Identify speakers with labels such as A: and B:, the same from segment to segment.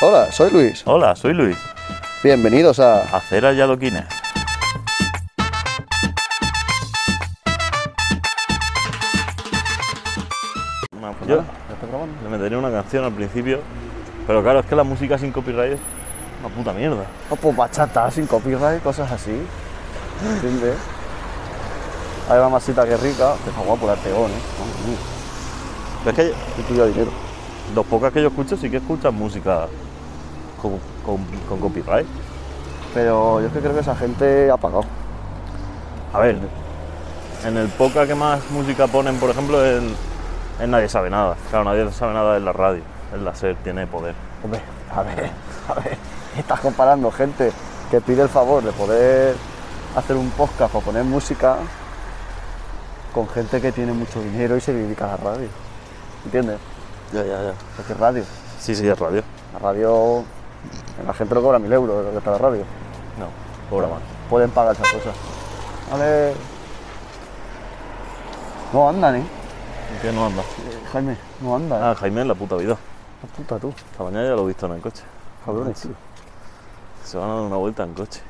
A: Hola, soy Luis.
B: Hola, soy Luis.
A: Bienvenidos a
B: Aceras y adoquines. Yo
A: Oh,
B: le metería una canción al principio, pero claro, es que la música sin copyright es una puta mierda.
A: No, pues bachata, sin copyright, cosas así. ¿Entiendes? Ahí va masita que rica. Que está guapo el artegón, ¿eh? Madre mía,
B: Pero es que
A: he pillado dinero.
B: los pocas que yo escucho sí que escuchan música con, con- con copyright.
A: Pero yo es que creo que esa gente ha pagado.
B: A ver, en el poca que más música ponen, por ejemplo, en, en Nadie Sabe Nada. Claro, Nadie Sabe Nada en la radio. El láser tiene poder.
A: Hombre, a ver, a ver. Estás comparando gente que pide el favor de poder hacer un podcast o poner música con gente que tiene mucho dinero y se dedica a la radio. ¿Entiendes?
B: Ya, ya, ya.
A: Porque es radio.
B: Sí, sí, es radio.
A: La radio. La gente lo cobra mil euros de lo que está la radio.
B: No, cobra más.
A: Pueden pagar esas cosas. Vale. No andan, eh.
B: ¿Qué no anda?
A: Eh, Jaime, no andan.
B: Ah, Jaime en la puta vida.
A: La puta tú.
B: Esta mañana ya lo he visto en el coche.
A: Cabrones, tío.
B: Se van a dar una vuelta en coche.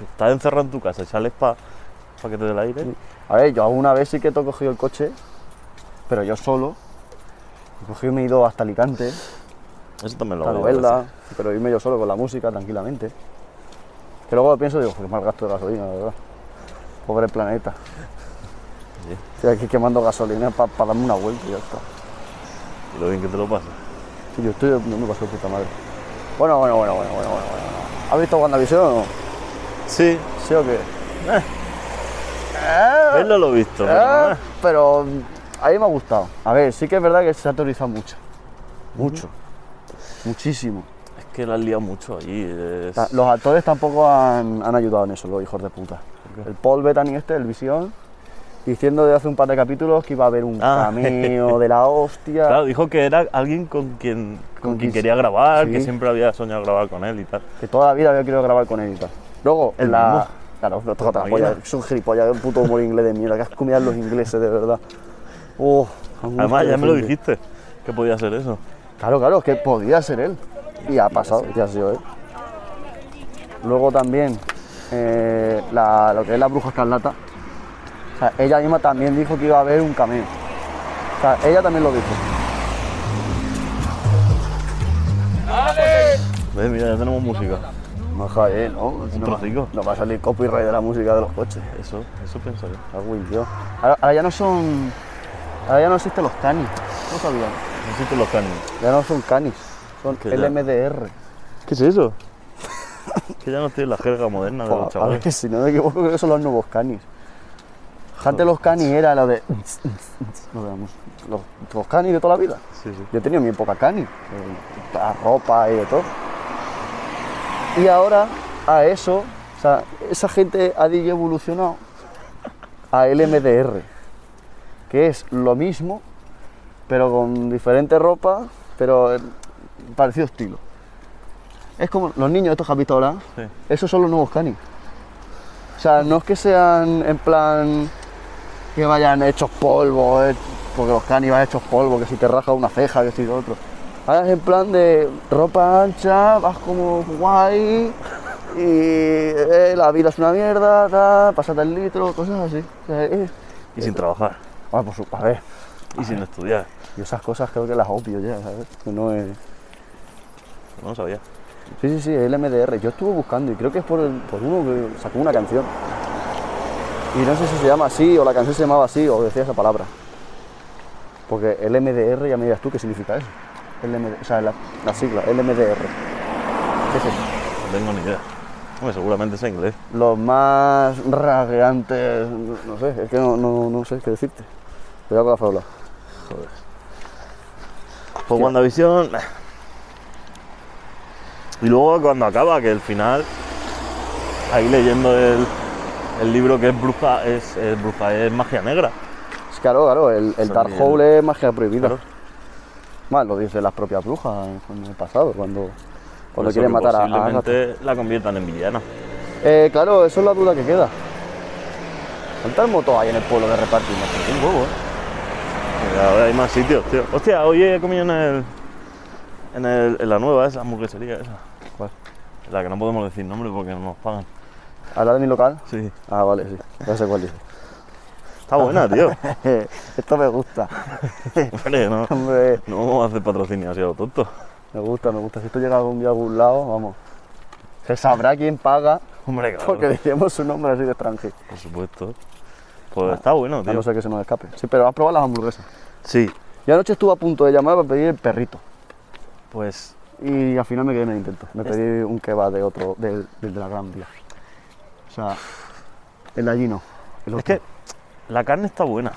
B: Estás encerrado en tu casa, sales para que te dé el aire.
A: A ver, yo alguna vez sí que te he cogido el coche, pero yo solo. He cogido y me he ido hasta Alicante,
B: Eso también lo
A: hasta
B: hago yo a
A: Novelda,
B: veces.
A: pero irme yo solo con la música tranquilamente. Que luego lo pienso y digo, "Jo, qué mal gasto de gasolina, la verdad. Pobre planeta.
B: Sí.
A: Estoy aquí quemando gasolina para darme una vuelta y ya está.
B: Y lo bien que te lo pasa.
A: Sí, yo estoy, no me pasó de puta madre. Bueno, bueno, bueno, bueno, bueno, bueno, bueno. ¿Has visto WandaVision o no?
B: Sí,
A: ¿Sí o qué?
B: verlo lo he visto. pero eh.
A: Ah,
B: nada.
A: pero mm, a mí me ha gustado. A ver, sí que es verdad que se ha teorizado mucho. Mucho. Muchísimo.
B: Es que la han liado mucho allí. es-
A: Ta- Los actores tampoco han, han ayudado en eso, los hijos de puta.
B: qué?
A: El Paul Bettany este, el Visión, diciendo de hace un par de capítulos que iba a haber un
B: Ah.
A: cameo de la hostia.
B: Claro, dijo que era alguien con quien, con
A: Con
B: quien
A: quien-
B: quería grabar, que
A: sí.
B: siempre había soñado grabar con él y tal.
A: Que toda la vida había querido grabar con él y tal. Luego,
B: El
A: en la.
B: mismo.
A: Claro, no toca la
B: Imagina.
A: polla, es un gilipollas, un puto humor inglés de mierda, que has comido a los ingleses, de verdad. Oh, Uf, angustia
B: Además, ya
A: de
B: me lo
A: gente.
B: dijiste, que podía ser eso.
A: Claro, claro, es que podía ser él. Y ha pasado, y ha sido él. Luego también, eh, la- lo que es la bruja escarlata. O sea, ella misma también dijo que iba a haber un cameo. O sea, ella también lo dijo.
B: Ve, Mira, ya tenemos música.
A: No joder, ¿no? Si No,
B: trocico.
A: no va a salir copyright de la música de los coches.
B: Eso, eso pienso yo.
A: Ah, güey, tío. Ahora, ahora ya no son. Ahora ya no existen los canis. No sabía.
B: No sé si te los canes.
A: Ya no son canis. Son
B: Que ya-
A: LMDR.
B: ¿Qué es eso? que ya no estoy en la jerga moderna de
A: Joder,
B: los
A: a
B: chavales.
A: ver, si no me equivoco, creo que son los nuevos canis. Antes los canis era lo de. lo de la música. los, los canis de toda la vida.
B: Sí, sí.
A: Yo he tenido mi época canis, la ropa y de todo. Y ahora a eso, o sea, esa gente ha DJ evolucionado a LMDR, que es lo mismo, pero con diferente ropa, pero eh, parecido estilo. Es como los niños estos que has visto ahora,
B: Sí.
A: esos son los nuevos canis. O sea, no es que sean en plan que vayan hechos polvo, eh, porque los canis van hechos polvo, que si te raja una ceja, que si lo otro. Ahora es en plan de ropa ancha, vas como guay, y eh, la vida es una mierda, tal, pásate el litro, cosas así. O sea, eh.
B: Y sin trabajar,
A: Bueno, por su- a ver,
B: y sin estudiar.
A: yo esas cosas creo que las obvio ya, ¿sabes? Que No es...
B: No lo sabía.
A: Sí, sí, sí, el MDR. Yo estuve buscando y creo que es por, el- por uno que sacó una canción. Y no sé si se llama así, o la canción se llamaba así, o decía esa palabra. Porque el MDR, ya me dirás tú qué significa eso. El MD o sea, la, la sigla, el MDR. ¿Qué es eso?
B: No tengo ni idea. Hombre, seguramente es inglés.
A: Los más rasgueantes, no no sé, es que no, no, no sé qué decirte. Cuidado con la fábula.
B: Pues
A: Sí.
B: WandaVision. Y luego cuando acaba, que el final, ahí leyendo el, el libro que es bruja, es, es bruja, es magia negra.
A: Es que, claro, claro, el, el
B: Son
A: Dark
B: bien.
A: Hole es magia prohibida.
B: Claro.
A: Más lo dicen las propias brujas en el pasado, cuando,
B: Por
A: cuando
B: eso
A: quieren
B: que
A: matar a, a Agatha.
B: Posiblemente la conviertan en villana.
A: Eh, claro, eso es la duda que queda. ¿Cuántas motos hay en el pueblo de repartir? No sé, un huevo, ¿eh?
B: Porque Ahora hay más sitios, tío. Hostia, hoy he comido en el, en, el- en la nueva, esa hamburguesería, esa.
A: ¿Cuál?
B: La que no podemos decir nombre porque no nos pagan.
A: ¿Al lado de mi local?
B: Sí.
A: Ah, vale, sí. Ya sé cuál dice.
B: Está buena, tío.
A: Esto me gusta.
B: Hombre, no,
A: Hombre,
B: no vamos a hacer patrocinio así a lo tonto.
A: me gusta, me gusta. Si esto llega algún día a algún lado, vamos. Se sabrá quién paga
B: Hombre, claro.
A: porque diremos su nombre así de extranjero.
B: Por supuesto. Pues está bueno,
A: A
B: tío.
A: no ser que se nos escape. Sí, pero has probado las hamburguesas.
B: Sí,
A: Y anoche estuve a punto de llamar para pedir el perrito.
B: pues
A: Y al final me quedé en el intento. Me pedí un kebab de otro, del, del de la Gran Vía. O sea, el de allí no. el
B: es
A: otro.
B: que la carne está buena.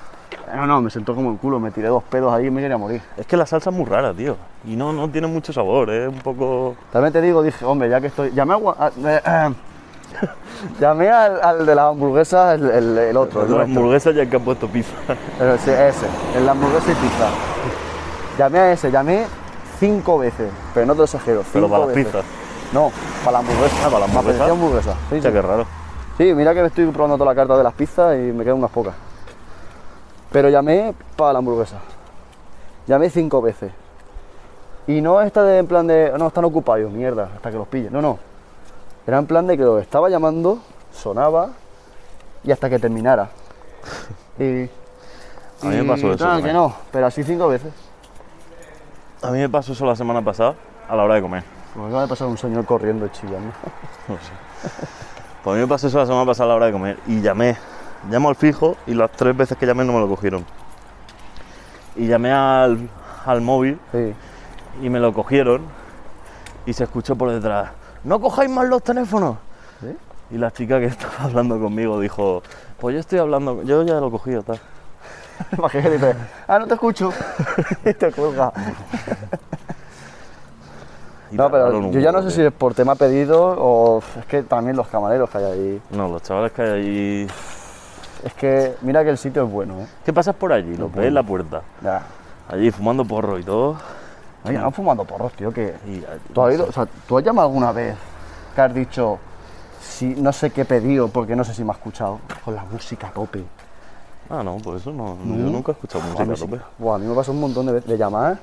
A: Ah, No, no, me sentó como el culo. Me tiré dos pedos ahí y me quería morir.
B: Es que la salsa es muy rara, tío. Y no, no tiene mucho sabor, es un poco...
A: También te digo, dije, hombre, ya que estoy. Llamé, a gua- a- eh, llamé al, al de las hamburguesas, el, el- el otro, el
B: la
A: nuestro.
B: hamburguesa ya que han puesto pizza.
A: Pero sí, ese, el de hamburguesa y pizza. Llamé a ese, llamé cinco veces, pero no te lo exagero, cinco
B: Pero para las
A: veces.
B: pizzas.
A: No, para la hamburguesa.
B: Ah, para la
A: Me apetecía hamburguesa. Sí,
B: Hostia,
A: sí.
B: qué raro.
A: Sí, mira que me estoy probando toda la carta de las pizzas y me quedan unas pocas. Pero llamé para la hamburguesa. Llamé cinco veces. Y no esta de en plan de, no, están ocupados, yo, mierda, hasta que los pille. No, no. Era en plan de que los estaba llamando, sonaba y hasta que terminara. Y.
B: A mí me pasó
A: y
B: eso
A: tal,
B: ¿eh?
A: que
B: también.
A: no, pero así cinco veces.
B: A mí me pasó eso la semana pasada a la hora de comer.
A: Me Pues acaba de pasar un señor corriendo y chillando.
B: No sé. Pues a mí me pasó eso la semana pasada a la hora de comer y llamé. Llamo al fijo y las tres veces que llamé no me lo cogieron. Y llamé al, al móvil
A: Sí.
B: y me lo cogieron y se escuchó por detrás, no cojáis más los teléfonos.
A: ¿Sí?
B: Y la chica que estaba hablando conmigo dijo, pues yo estoy hablando, yo ya lo he cogido, tal.
A: Imagínate, dice, ah, no te escucho. y te cuelga.
B: Y
A: No, pero
B: tardaron un
A: yo ya no
B: huevo,
A: sé si es por tema pedido o es que también los camareros que hay ahí.
B: tío. No, los chavales que hay allí...
A: Es que mira que el sitio es bueno, ¿eh?
B: ¿Qué pasas por allí? Los ves en la puerta.
A: Ya.
B: Allí fumando porro y todo.
A: Oye, no fumando porros, tío, que...
B: Y,
A: ¿Tú has, ido- o sea, ¿Tú has llamado alguna vez que has dicho, si, no sé qué he pedido porque no sé si me ha escuchado? Con la música a tope.
B: Ah, no, por eso no. Yo nunca he escuchado
A: Buah, a mí
B: música,
A: Pues sí-
B: tope.
A: buah, a mí me pasa un montón de veces de llamar.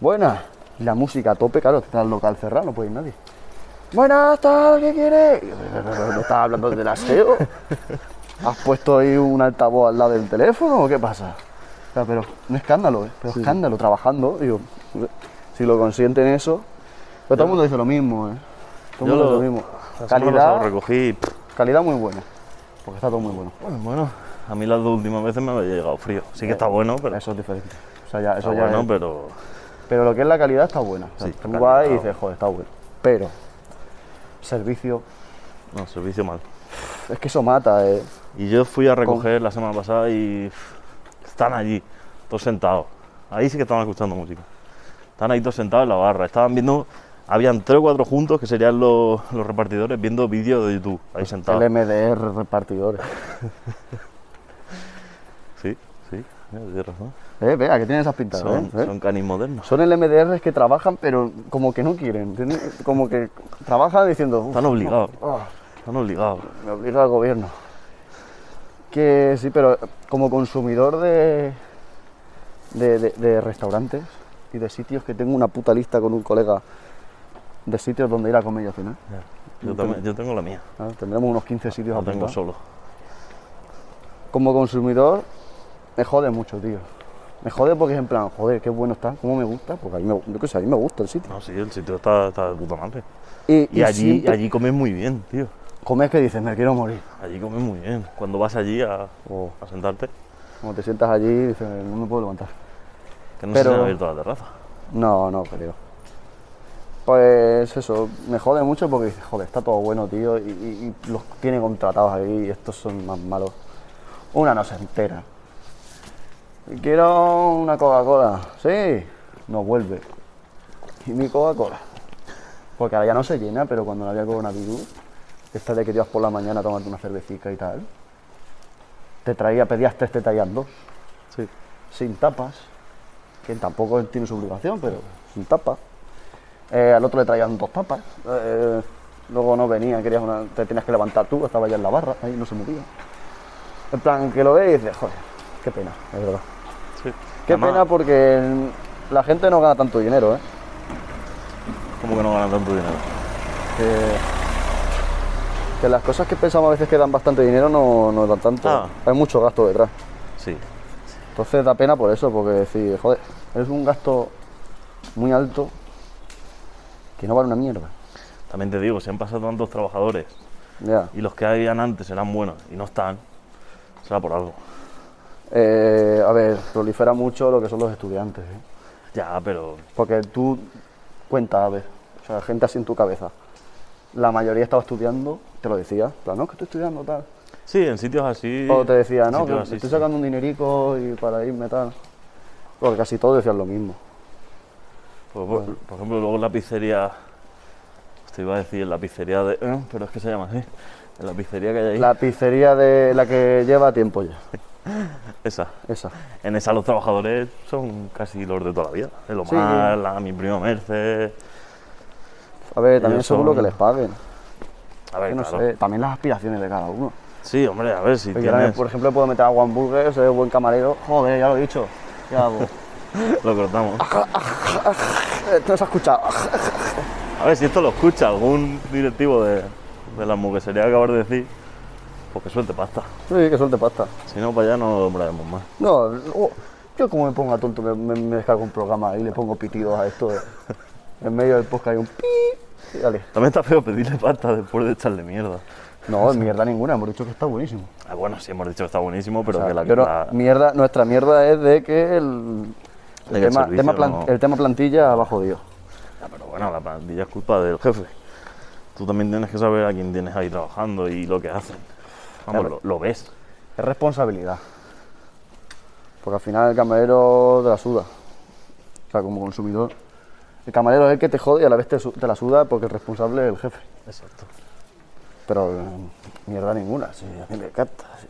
A: Buenas. Y la música a tope, claro, está el local cerrado, no puede ir nadie. Buenas, tal, ¿qué quieres? Y yo, "Pero, pero, pero, No estás hablando del aseo. ¿Has puesto ahí un altavoz al lado del teléfono o qué pasa? O sea, pero un escándalo, ¿eh? Pero escándalo, trabajando. Digo, si lo consienten eso. Pero todo el mundo dice lo mismo, ¿eh? Todo el
B: Yo
A: mundo
B: lo-
A: dice lo mismo.
B: La semana pasada lo
A: Calidad,
B: recogí. y, pff,
A: calidad muy buena. Porque está todo muy bueno.
B: Bueno, bueno. A mí las dos últimas veces me había llegado frío. Sí que está bueno, pero.
A: Eso es diferente. O sea, ya, eso
B: está
A: ya
B: bueno,
A: es-
B: pero.
A: Pero lo que es la calidad está buena. O sea,
B: Sí,
A: tú
B: está
A: vas y
B: calidad.
A: dices, joder, está bueno. Pero, servicio,
B: No, servicio mal.
A: es que eso mata, eh.
B: Y yo fui a recoger la semana pasada y. pff, Están allí, todos sentados. Ahí sí que estaban escuchando música. Están ahí todos sentados en la barra. Estaban viendo. Habían tres o cuatro juntos que serían los, los repartidores viendo vídeos de YouTube. Ahí sentados.
A: El MDR repartidores.
B: Sí, sí. mira, Tienes razón.
A: Eh, vea, que tienen esas pintas,
B: Son,
A: ¿eh? ¿Eh?
B: son canis modernos.
A: Son el MDRs que trabajan, pero como que no quieren. tienen- Como que trabajan diciendo, "Uf,
B: Están obligados.
A: ah,
B: Están obligados.
A: me obliga el gobierno. Que sí, pero como consumidor de, de, de- de restaurantes y de sitios que tengo una puta lista con un colega de sitios donde ir a comer y a cenar.
B: Yo,
A: No
B: también- yo tengo la mía.
A: Ah, Tendremos unos 15 sitios
B: La tengo
A: apuntados.
B: solo.
A: Como consumidor, me jode mucho, tío. Me jode porque es en plan, joder, qué bueno está, cómo me gusta, porque a mí me, yo qué sé, a mí me gusta el sitio.
B: No, sí, el sitio está, está de puta madre. Y, allí,
A: siempre
B: allí comes muy bien, tío.
A: comes que dices, me quiero morir.
B: Allí comes muy bien. Cuando vas allí a,
A: O
B: a sentarte,
A: como te sientas allí, dices, no me puedo levantar.
B: que no
A: Pero-
B: se ha abierto la terraza.
A: No, no creo. Pues eso, me jode mucho porque dices, joder, está todo bueno, tío, y, y- y los tiene contratados ahí y estos son más malos. Una no se entera. Quiero una Coca-Cola. Sí, no vuelve. Y mi Coca-Cola. Porque ahora ya no se llena, pero cuando no había coronavirus, esta de que te ibas por la mañana a tomarte una cervecita y tal, te traía, pedías tres, te traían dos
B: Sí.
A: sin tapas, que tampoco tiene su obligación, pero sin tapa. Eh, al otro le traían dos tapas. eh, luego no venía, querías una, te tenías que levantar tú, estaba ya en la barra, ahí no se movía. En plan, que lo ves y dices, joder, qué pena, es verdad.
B: sí.
A: Qué
B: Además,
A: pena porque la gente no gana tanto dinero, ¿eh?
B: como que no ganan tanto dinero.
A: que, que las cosas que pensamos a veces que dan bastante dinero no, no dan tanto.
B: Ah.
A: Hay mucho gasto detrás.
B: Sí,
A: Entonces da pena por eso, porque decir, joder, es un gasto muy alto que no vale una mierda.
B: también te digo, si han pasado tantos trabajadores
A: Ya.
B: y los que habían antes eran buenos y no están, será por algo.
A: Eh, a ver, prolifera mucho lo que son los estudiantes. ¿eh?
B: Ya, pero
A: Porque tú cuenta, a ver, o sea, gente así en tu cabeza. La mayoría estaba estudiando, te lo decía, en plan, no, que estoy estudiando, tal.
B: sí, en sitios así.
A: O te decía, no,
B: en
A: que
B: sitios así,
A: estoy
B: sí.
A: sacando un dinerico y para irme, tal. Porque casi todos decían lo mismo.
B: Por, por- Pues, por ejemplo, luego en la pizzería. Te iba a decir, en la pizzería de. eh, Pero es que se llama así. En la pizzería que hay ahí.
A: La pizzería de la que lleva tiempo ya,
B: Esa.
A: esa.
B: En esa los trabajadores son casi los de toda la vida. El Omar,
A: Sí, sí.
B: la, mi primo Merced.
A: A ver, también
B: Ellos
A: seguro
B: son-
A: que les paguen.
B: A ver,
A: que no
B: claro.
A: sé, también las aspiraciones de cada uno.
B: Sí, hombre, a ver si
A: Porque ahora,
B: tienes.
A: por ejemplo, puedo meter a Juan Burger, soy buen camarero. Joder, ya lo he dicho. Ya hago.
B: Lo cortamos.
A: Eh, no se ha escuchado.
B: A ver si esto lo escucha algún directivo de, de la hamburguesería que acabas de decir. Pues que suelte pasta.
A: Sí, que suelte pasta.
B: Si no, para allá no lo nombraremos más.
A: No, oh, yo como me ponga tonto, me, me- me descargo un programa y le pongo pitidos a esto. eh. En medio del podcast hay un pi. y Dale.
B: También está feo pedirle pasta después de echarle mierda.
A: No, mierda ninguna, hemos dicho que está buenísimo.
B: Ah, bueno, sí, hemos dicho que está buenísimo, pero
A: O sea,
B: que la,
A: yo no-
B: la-
A: mierda, nuestra mierda es de que el,
B: De
A: el
B: que el
A: tema,
B: servicio
A: tema plan-
B: no-
A: el tema plantilla ha jodido.
B: Ah, Pero bueno, la plantilla es culpa del jefe. Tú también tienes que saber a quién tienes ahí trabajando y lo que hacen. Vamos,
A: Claro.
B: lo, lo ves.
A: Es responsabilidad. Porque al final el camarero te la suda. O sea, como consumidor. El camarero es el que te jode y a la vez te, su- te la suda porque el responsable es el jefe.
B: Exacto.
A: Pero eh, mierda ninguna, sí, a mí me encanta. Sí.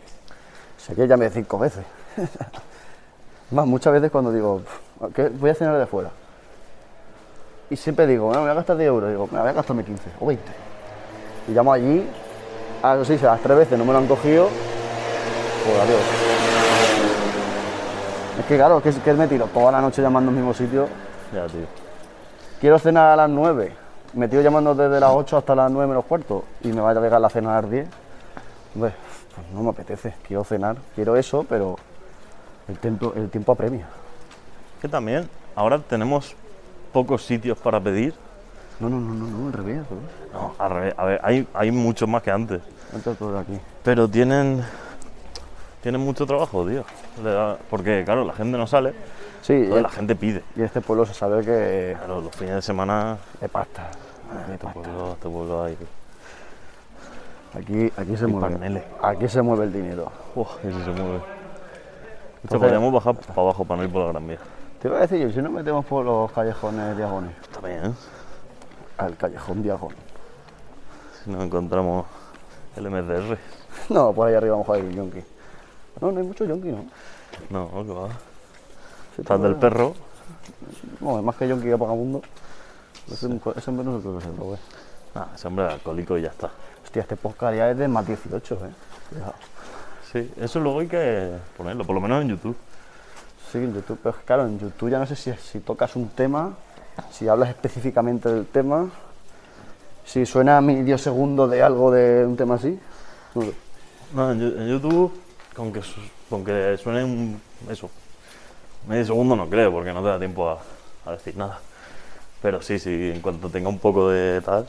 A: Sé que llamé cinco veces. Más, muchas veces cuando digo, "Pf, ¿qué? voy a cenar de fuera. Y siempre digo, "Bueno, me voy a gastar 10 euros. Digo, me voy a gastarme 15 o 20. Y llamo allí, a los seis, a las tres veces no me lo han cogido. Pues adiós. Es que claro, que, es- que me tiro toda la noche llamando al mismo sitio.
B: Ya, tío.
A: Quiero cenar a las 9. Me tío llamando desde las 8 hasta las 9 menos cuarto y me vaya a llegar la cena a las 10. Hombre, pues no me apetece. Quiero cenar, quiero eso, pero el tiempo, el tiempo apremia.
B: Que también, ahora tenemos pocos sitios para pedir.
A: No, no, no, no, no, al revés. al revés.
B: No, al revés. A ver, hay, hay muchos más que antes.
A: Entra todo de aquí.
B: Pero tienen. Tienen mucho trabajo, tío. Le da- Porque, claro, la gente no sale,
A: Sí, y,
B: entonces la gente pide.
A: y este pueblo se sabe que
B: Claro, los fines de semana.
A: es pasta.
B: Este pueblo, este pueblo hay.
A: Aquí, aquí se mueve.
B: paneles.
A: Aquí se mueve el dinero.
B: Uf, que sí se mueve. Esto podríamos bajar para abajo para no ir por la gran vía.
A: Te iba a decir yo, si nos metemos por los callejones diagones.
B: Está bien, ¿eh?
A: Al callejón diagón.
B: Si nos encontramos el MDR.
A: No, por ahí arriba vamos a ver el yonki. No, no hay mucho yonki, ¿no?
B: No, que va.
A: Sí,
B: Estás del perro.
A: No, es más que yo que iba vagabundo. Ese, ese hombre no se creo que se drogue.
B: Ah, ese hombre era alcohólico y ya está.
A: Hostia, este podcast ya es de más 18, ¿eh? Cuidado.
B: Sí, eso luego hay que ponerlo, por lo menos en YouTube.
A: Sí, en YouTube, pero es que, claro, en YouTube ya no sé si, si tocas un tema, si hablas específicamente del tema, si suena medio segundo de algo de un tema así. No sé.
B: No, en, Yo- en YouTube, con que, su- con que suene un, eso, medio segundo no creo, porque no te da tiempo a, a decir nada. Pero sí, sí, en cuanto tenga un poco de tal,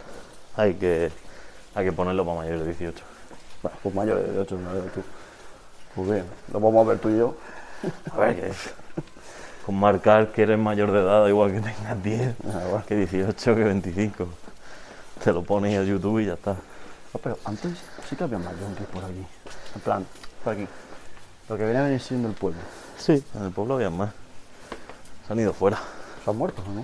B: hay que, hay que ponerlo para mayores de 18.
A: Bueno, pues mayor de 18, no de tú. Pues bien, lo vamos a ver tú y yo.
B: A ver, que con marcar que eres mayor de edad, da igual que tengas 10, que 18, que 25. Te lo pones a YouTube y ya está.
A: No, Ah, pero antes sí que había más yonkis por aquí. En plan, por aquí. Lo que viene a venir siendo el pueblo.
B: Sí. En el pueblo había más. Se han ido fuera.
A: Se han muerto, ¿no?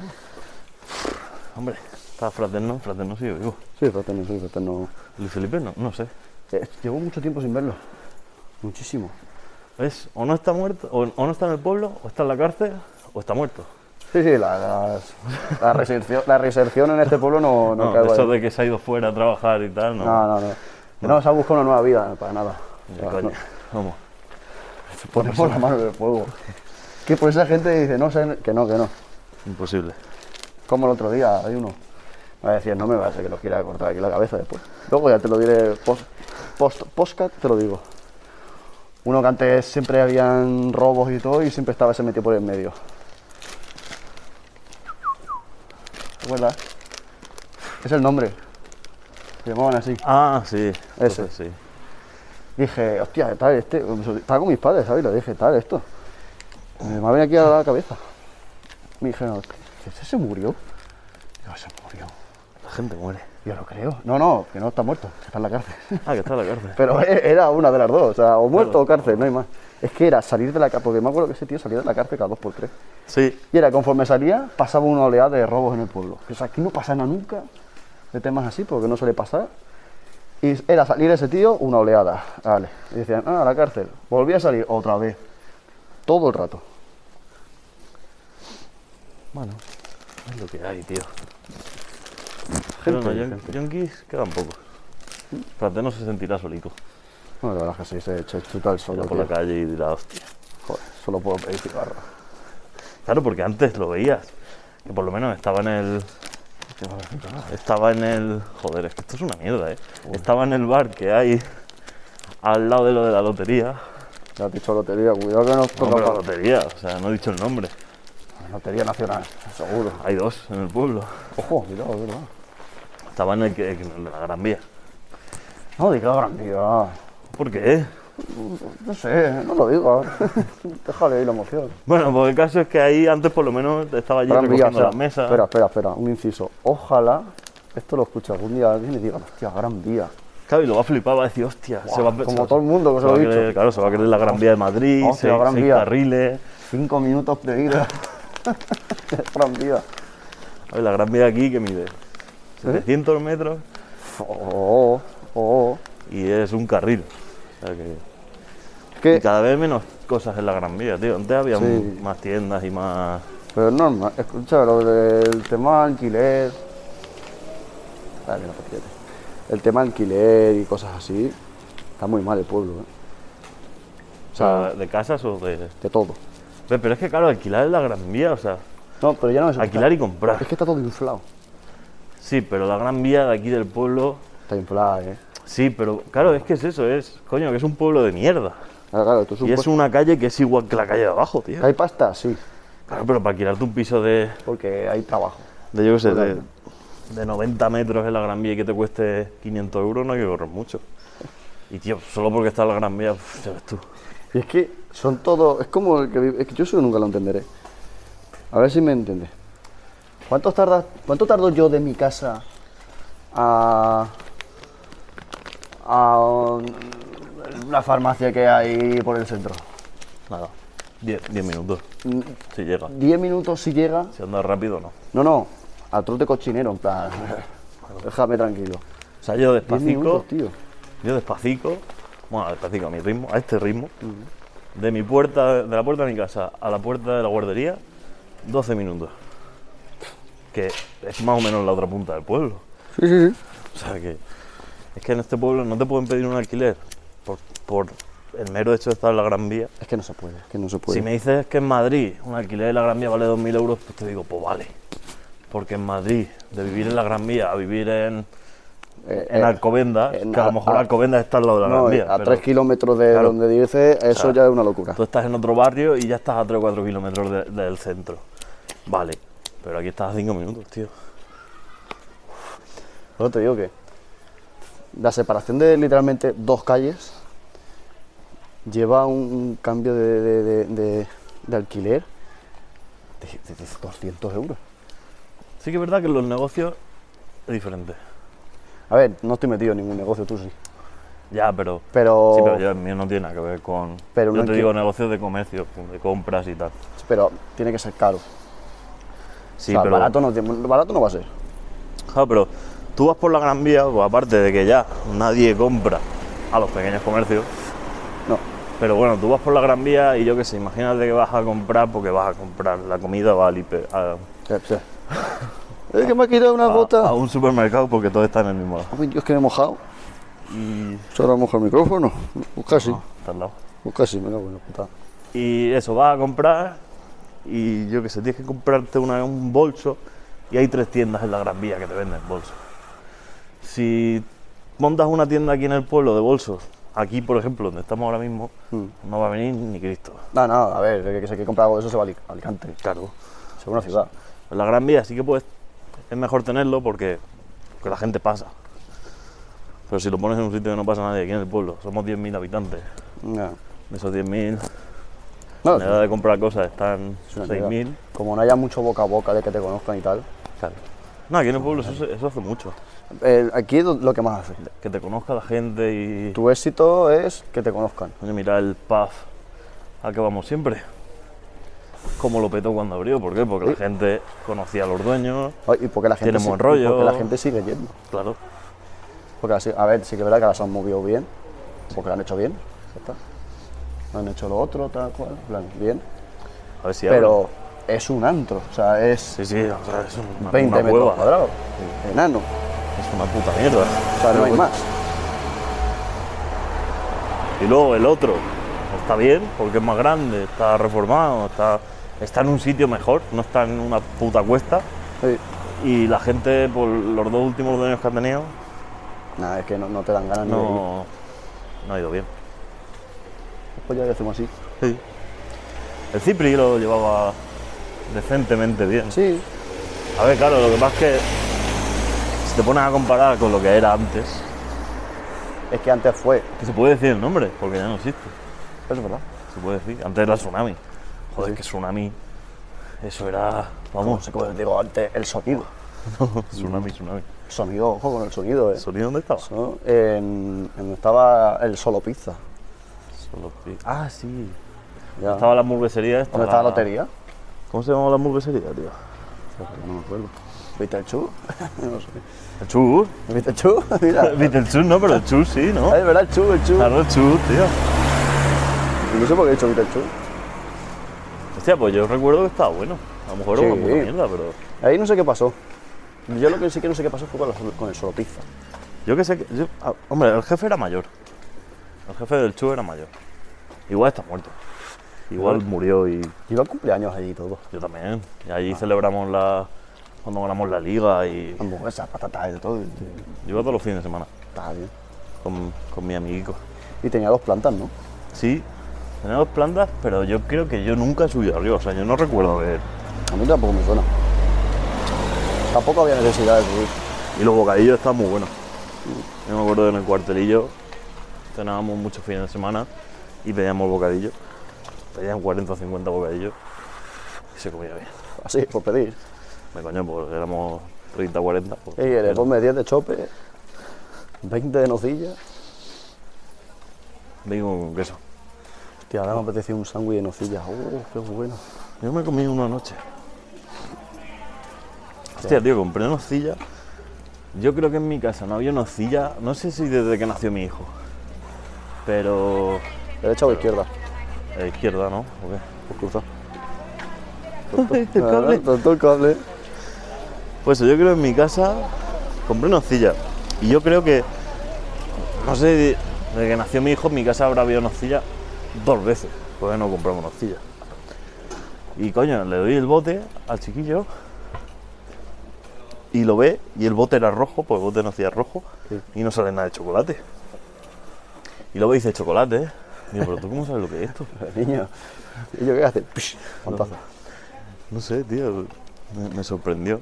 B: Hombre, está Fraterno, Fraterno sigue vivo.
A: Sí, fraterno, sí, fraterno.
B: Luis Felipe no, no sé.
A: Eh, Llevo mucho tiempo sin verlo. Muchísimo.
B: Es o no está muerto, o, o no está en el pueblo, o está en la cárcel, o está muerto.
A: Sí, sí, la, las- la, reinserción, la reinserción en este pueblo no, no,
B: No,
A: cae
B: eso
A: guay.
B: de que se ha ido fuera a trabajar y tal, no.
A: no, no, no. No, se ha buscado una nueva vida, para nada.
B: Ni de
A: O sea,
B: coña.
A: no,
B: Vamos.
A: se pone por la mano del fuego. pues Que por esa gente dice, no sé, que no, que no.
B: Imposible.
A: Como el otro día, hay uno. Me decías, no me vas a hacer que nos quiera cortar aquí la cabeza después. Luego ya te lo diré post, post, postcat, te lo digo. Uno que antes siempre habían robos y todo y siempre estaba ese metido por el medio. ¿Te acuerdas? Es el nombre. Se llamaban así.
B: Ah, sí.
A: Ese.
B: entonces sí.
A: Dije, hostia, tal, este. Estaba con mis padres, ¿sabes? Le dije, tal, esto. Eh, Me ha venido aquí a la cabeza. Me dijeron, ¿este se murió? Digo, se murió.
B: La gente muere.
A: Yo lo creo. No, no, que no está muerto, que está en la cárcel.
B: Ah, que está en la cárcel.
A: Pero e- era una de las dos, o sea, o muerto o cárcel, no hay más. Es que era salir de la cárcel, porque me acuerdo que ese tío salía de la cárcel cada dos por tres.
B: Sí.
A: Y era conforme salía, pasaba una oleada de robos en el pueblo. O sea, aquí no pasa nada nunca de temas así, porque no suele pasar. Y era salir ese tío, una oleada. Vale. Y decían, ah, a la cárcel. Volví a salir otra vez. Todo el rato.
B: Bueno, es lo que hay, tío. Pero
A: Gente,
B: no, yon-
A: gente.
B: yonkis quedan pocos. Frate no se sentirá solito.
A: No, la verdad es que sí, se echa chuta el solo.
B: Irá por la
A: tío.
B: calle y dirá, hostia.
A: Joder, solo puedo pedir cigarro.
B: Claro, porque antes lo veías. Que por lo menos estaba en el. Estaba en el. Joder, es que esto es una mierda, eh. Estaba en el bar que hay al lado de lo de la lotería.
A: Ya has dicho lotería, cuidado que nos
B: No,
A: toca
B: pero la
A: para
B: lotería, o sea, no he dicho el nombre.
A: Lotería Nacional, seguro.
B: Hay dos en el pueblo.
A: Ojo, cuidado, es verdad.
B: Estaba en el que en el de la Gran Vía.
A: No digas gran día.
B: ¿Por qué?
A: No sé, no lo digo. Déjale ahí la emoción.
B: Bueno, pues el caso es que ahí antes por lo menos estaba allí
A: Gran Vía,
B: recogiendo
A: o sea,
B: las mesas.
A: Espera, espera, espera, un inciso. Ojalá esto lo escuche algún día alguien y diga, hostia, gran día.
B: Claro, y luego flipaba, decía, hostia, se va a
A: como todo el mundo que se
B: va
A: lo
B: a
A: he dicho.
B: querer- Claro, se va a querer la Gran Vía de Madrid,
A: Hostia,
B: seis,
A: Gran
B: seis
A: Vía.
B: carriles.
A: Cinco minutos de vida. gran día.
B: A ver, la Gran Vía aquí que
A: ¿Eh?
B: mide 700 metros
A: Oh, oh, oh.
B: y es un carril. O sea que- y
A: ¿Qué?
B: cada vez menos cosas en la Gran Vía, tío. Antes había
A: Sí.
B: m- más tiendas y más.
A: Pero es normal, escucha lo del tema alquiler. Ah, mira, fíjate. El tema alquiler y cosas así. Está muy mal el pueblo, ¿eh? Ah.
B: O sea, de casas o de.
A: De todo.
B: Ve, Pero es que, claro, alquilar en la Gran Vía, o sea,
A: No, pero ya no es
B: alquilar y comprar.
A: Es que está todo inflado.
B: Sí, pero la Gran Vía de aquí del pueblo.
A: Está inflado, ¿eh?
B: Sí, pero claro, es que es eso, es. Coño, que es un pueblo de mierda.
A: Claro, claro, tú
B: Y es
A: supuesto-
B: una calle que es igual que la calle de abajo, tío.
A: ¿Hay pasta? Sí,
B: Claro, pero para alquilarte un piso de,
A: porque hay trabajo.
B: de yo qué sé, de, de 90 metros en la Gran Vía y que te cueste 500 euros, no hay que correr mucho. Y tío, solo porque está en la Gran Vía, pf, ya ves tú.
A: Y es que son todos. Es como el que vive. Es que yo eso nunca lo entenderé. A ver si me entiendes. ¿Cuánto, tardas, ¿Cuánto tardo yo de mi casa a. a. un- una farmacia que hay por el centro?
B: Nada, 10 minutos,
A: Mm,
B: si llega.
A: ¿Diez minutos si llega?
B: Si andas rápido, no.
A: No, no. A trote cochinero, en plan. Déjame tranquilo.
B: O sea, yo
A: Diez minutos,
B: despacito,
A: tío.
B: yo despacito, bueno, despacito a mi ritmo, a este ritmo, de mi puerta, de la puerta de mi casa a la puerta de la guardería, 12 minutos. Que es más o menos la otra punta del pueblo.
A: Sí, sí, sí.
B: O sea que es que en este pueblo no te pueden pedir un alquiler por, por el mero hecho de estar en la Gran Vía.
A: Es que no se puede, es que no se puede.
B: Si me dices que en Madrid un alquiler de la Gran Vía vale 2.000 euros, pues te digo, pues vale. Porque en Madrid, de vivir en la Gran Vía a vivir en,
A: Eh,
B: en
A: eh,
B: Alcobendas,
A: en
B: que a
A: a-
B: lo mejor
A: a-
B: Alcobendas está al lado de la
A: no, eh,
B: Gran Vía.
A: a
B: pero
A: tres kilómetros de
B: Claro.
A: donde dices, eso ya es una locura.
B: Tú estás en otro barrio y ya estás a 3 o 4 kilómetros de- del centro. Vale, pero aquí estás a 5 minutos, tío.
A: Por eso te digo que la separación de literalmente dos calles lleva a un cambio de, de- de- de- de alquiler de, de- de 200 euros.
B: Sí que es verdad que los negocios es diferente.
A: A ver, no estoy metido en ningún negocio, tú sí.
B: Ya, pero
A: Pero,
B: Sí, pero yo, el mío no tiene nada que ver con.
A: Pero
B: yo
A: no
B: te
A: enti-
B: digo negocios de comercio, de compras y tal.
A: pero tiene que ser caro.
B: Sí,
A: O sea,
B: pero.
A: barato, no, tiene- barato no va a ser.
B: Claro, pero tú vas por la Gran Vía, pues, aparte de que ya nadie compra a los pequeños comercios.
A: No.
B: Pero bueno, tú vas por la Gran Vía y yo qué sé, imagínate que vas a comprar porque vas a comprar la comida va al Ipe- a,
A: Sí, sí. Es que me ha quitado una
B: a-
A: gota.
B: a un supermercado porque todo está en el mismo lado.
A: Uy, Dios, que me he mojado.
B: Y. Ah.
A: ¿Se ahora moja el micrófono? Pues casi,
B: Está al lado.
A: pues casi, me cago en la puta.
B: Y eso, vas a comprar y yo qué sé, tienes que comprarte una- un bolso y hay tres tiendas en la Gran Vía que te venden bolsos. Si montas una tienda aquí en el pueblo de bolsos, aquí por ejemplo, donde estamos ahora mismo,
A: Mm.
B: no va a venir ni Cristo.
A: No, no, a ver, que, que si hay que comprar algo de eso se va a Alic- a Alicante,
B: Claro.
A: según la ciudad.
B: En la Gran Vía sí que puedes, es mejor tenerlo porque, porque la gente pasa. Pero si lo pones en un sitio que no pasa nadie, aquí en el pueblo, somos 10.000 habitantes.
A: No,
B: De esos 10.000,
A: No,
B: la edad de comprar cosas están
A: es una ciudad.
B: 6.000.
A: Como no haya mucho boca a boca de que te conozcan y tal.
B: Claro. No, aquí en el pueblo eso, se- eso hace mucho.
A: Eh, aquí es lo que más hace.
B: Que te conozca la gente y.
A: Tu éxito es que te conozcan.
B: Coño, mira el pub al que vamos siempre. Como lo petó cuando abrió, ¿por qué? Porque la
A: Sí.
B: gente conocía a los dueños,
A: Ay, Y porque la gente,
B: Tiene
A: si-
B: buen rollo.
A: porque la gente sigue yendo.
B: claro.
A: Porque así, a ver, sí que es verdad que ahora se han movido bien, porque lo han hecho bien, ya está. No han hecho lo otro, tal cual, en plan, bien.
B: A ver si abren.
A: Pero es un antro, o sea, es
B: Sí, sí, o sea, es una,
A: 20
B: una
A: metros
B: cueva.
A: cuadrados, enano, o
B: Es una puta mierda.
A: sea, no hay más.
B: Y luego el otro está bien porque es más grande, está reformado, está, está en un sitio mejor, no está en una puta cuesta.
A: Sí.
B: Y la gente, por los dos últimos dueños que han tenido,
A: Nada, es que no, no te dan ganas ni de ir.
B: no, no ha ido bien.
A: Pues ya lo hacemos así.
B: Sí. El Cipri lo llevaba decentemente bien.
A: Sí,
B: A ver, claro, lo que pasa es que si te pones a comparar con lo que era antes,
A: es que antes fue, eso
B: que se puede decir el nombre, porque ya no existe.
A: es verdad.
B: Se puede decir. Antes era Tsunami. Joder,
A: Sí.
B: que Tsunami. Eso era.
A: No
B: Vamos,
A: sé cómo digo antes, el sonido.
B: Tsunami, Tsunami.
A: Sonido, ojo con el sonido, eh.
B: ¿El sonido dónde estaba?
A: ¿No? En, en donde estaba el solo pizza.
B: Solo pi- Ah, sí.
A: Ya.
B: Estaba la hamburguesería esta.
A: ¿Dónde estaba la lotería?
B: ¿Cómo se llamaba la hamburguesería, tío?
A: No me acuerdo. ¿Viste el chu? no sé.
B: El Chur.
A: ¿Viste el chu? Mira.
B: Viste el Chur, no, pero el Chur sí, ¿no?
A: Ah, es verdad, el chu, el chu.
B: Claro, el Chur, tío.
A: No sé por qué he dicho Vita el chu.
B: Hostia, pues yo recuerdo que estaba bueno. A lo mejor era
A: Sí.
B: una puta mierda, pero.
A: Ahí no sé qué pasó. Yo lo que sí que no sé qué pasó fue con, la- con el solo pizza.
B: Yo que sé que. yo- ah, hombre, el jefe era mayor. El jefe del Chu era mayor. Igual está muerto. Igual murió y
A: Iba a cumpleaños allí y todo.
B: yo también. Y allí celebramos la. Cuando ganamos la liga y.
A: Hamburguesas, patatas y todo. y-
B: Yo iba todos los fines de semana
A: Estaba bien.
B: con, con mi amiguico.
A: Y tenía dos plantas, ¿no?
B: Sí, tenía dos plantas, pero yo creo que yo nunca he subido arriba. O sea, yo no recuerdo ver.
A: A mí tampoco me suena. Tampoco había necesidad de subir.
B: Y los bocadillos estaban muy buenos. Yo me acuerdo en el cuartelillo, cenábamos muchos fines de semana y pedíamos bocadillos. Pedían 40 o 50 bocadillos y se comía bien.
A: Así, por pedir.
B: Me coño, pues éramos 30 o 40. pues,
A: ¿Qué quieres?
B: era-
A: Ponme 10 de chope, 20 de nocilla.
B: Vengo con queso.
A: Hostia, ahora me apetece un sándwich de nocilla. ¡Oh, qué bueno!
B: Yo me comí una noche. Hostia, tío, compré nocilla. Yo creo que en mi casa no había nocilla. No sé si desde que nació mi hijo. Pero.
A: Derecha o izquierda.
B: eh, izquierda, ¿no? ¿O qué?
A: Pues cruza.
B: El cable.
A: Tanto el cable.
B: Pues eso, yo creo que en mi casa compré nocilla. Y yo creo que. No sé, desde que nació mi hijo, en mi casa habrá habido nocilla dos veces. Porque no compramos nocilla. Y coño, le doy el bote al chiquillo. Y lo ve, y el bote era rojo, porque el bote de nocilla es rojo.
A: Sí.
B: Y no sale nada de chocolate. Y luego dice chocolate, ¿eh? Digo, pero tú cómo sabes lo que es esto.
A: Niño. ¿Y yo qué hace? Pish, Fantazo.
B: No sé, tío. Me, me sorprendió.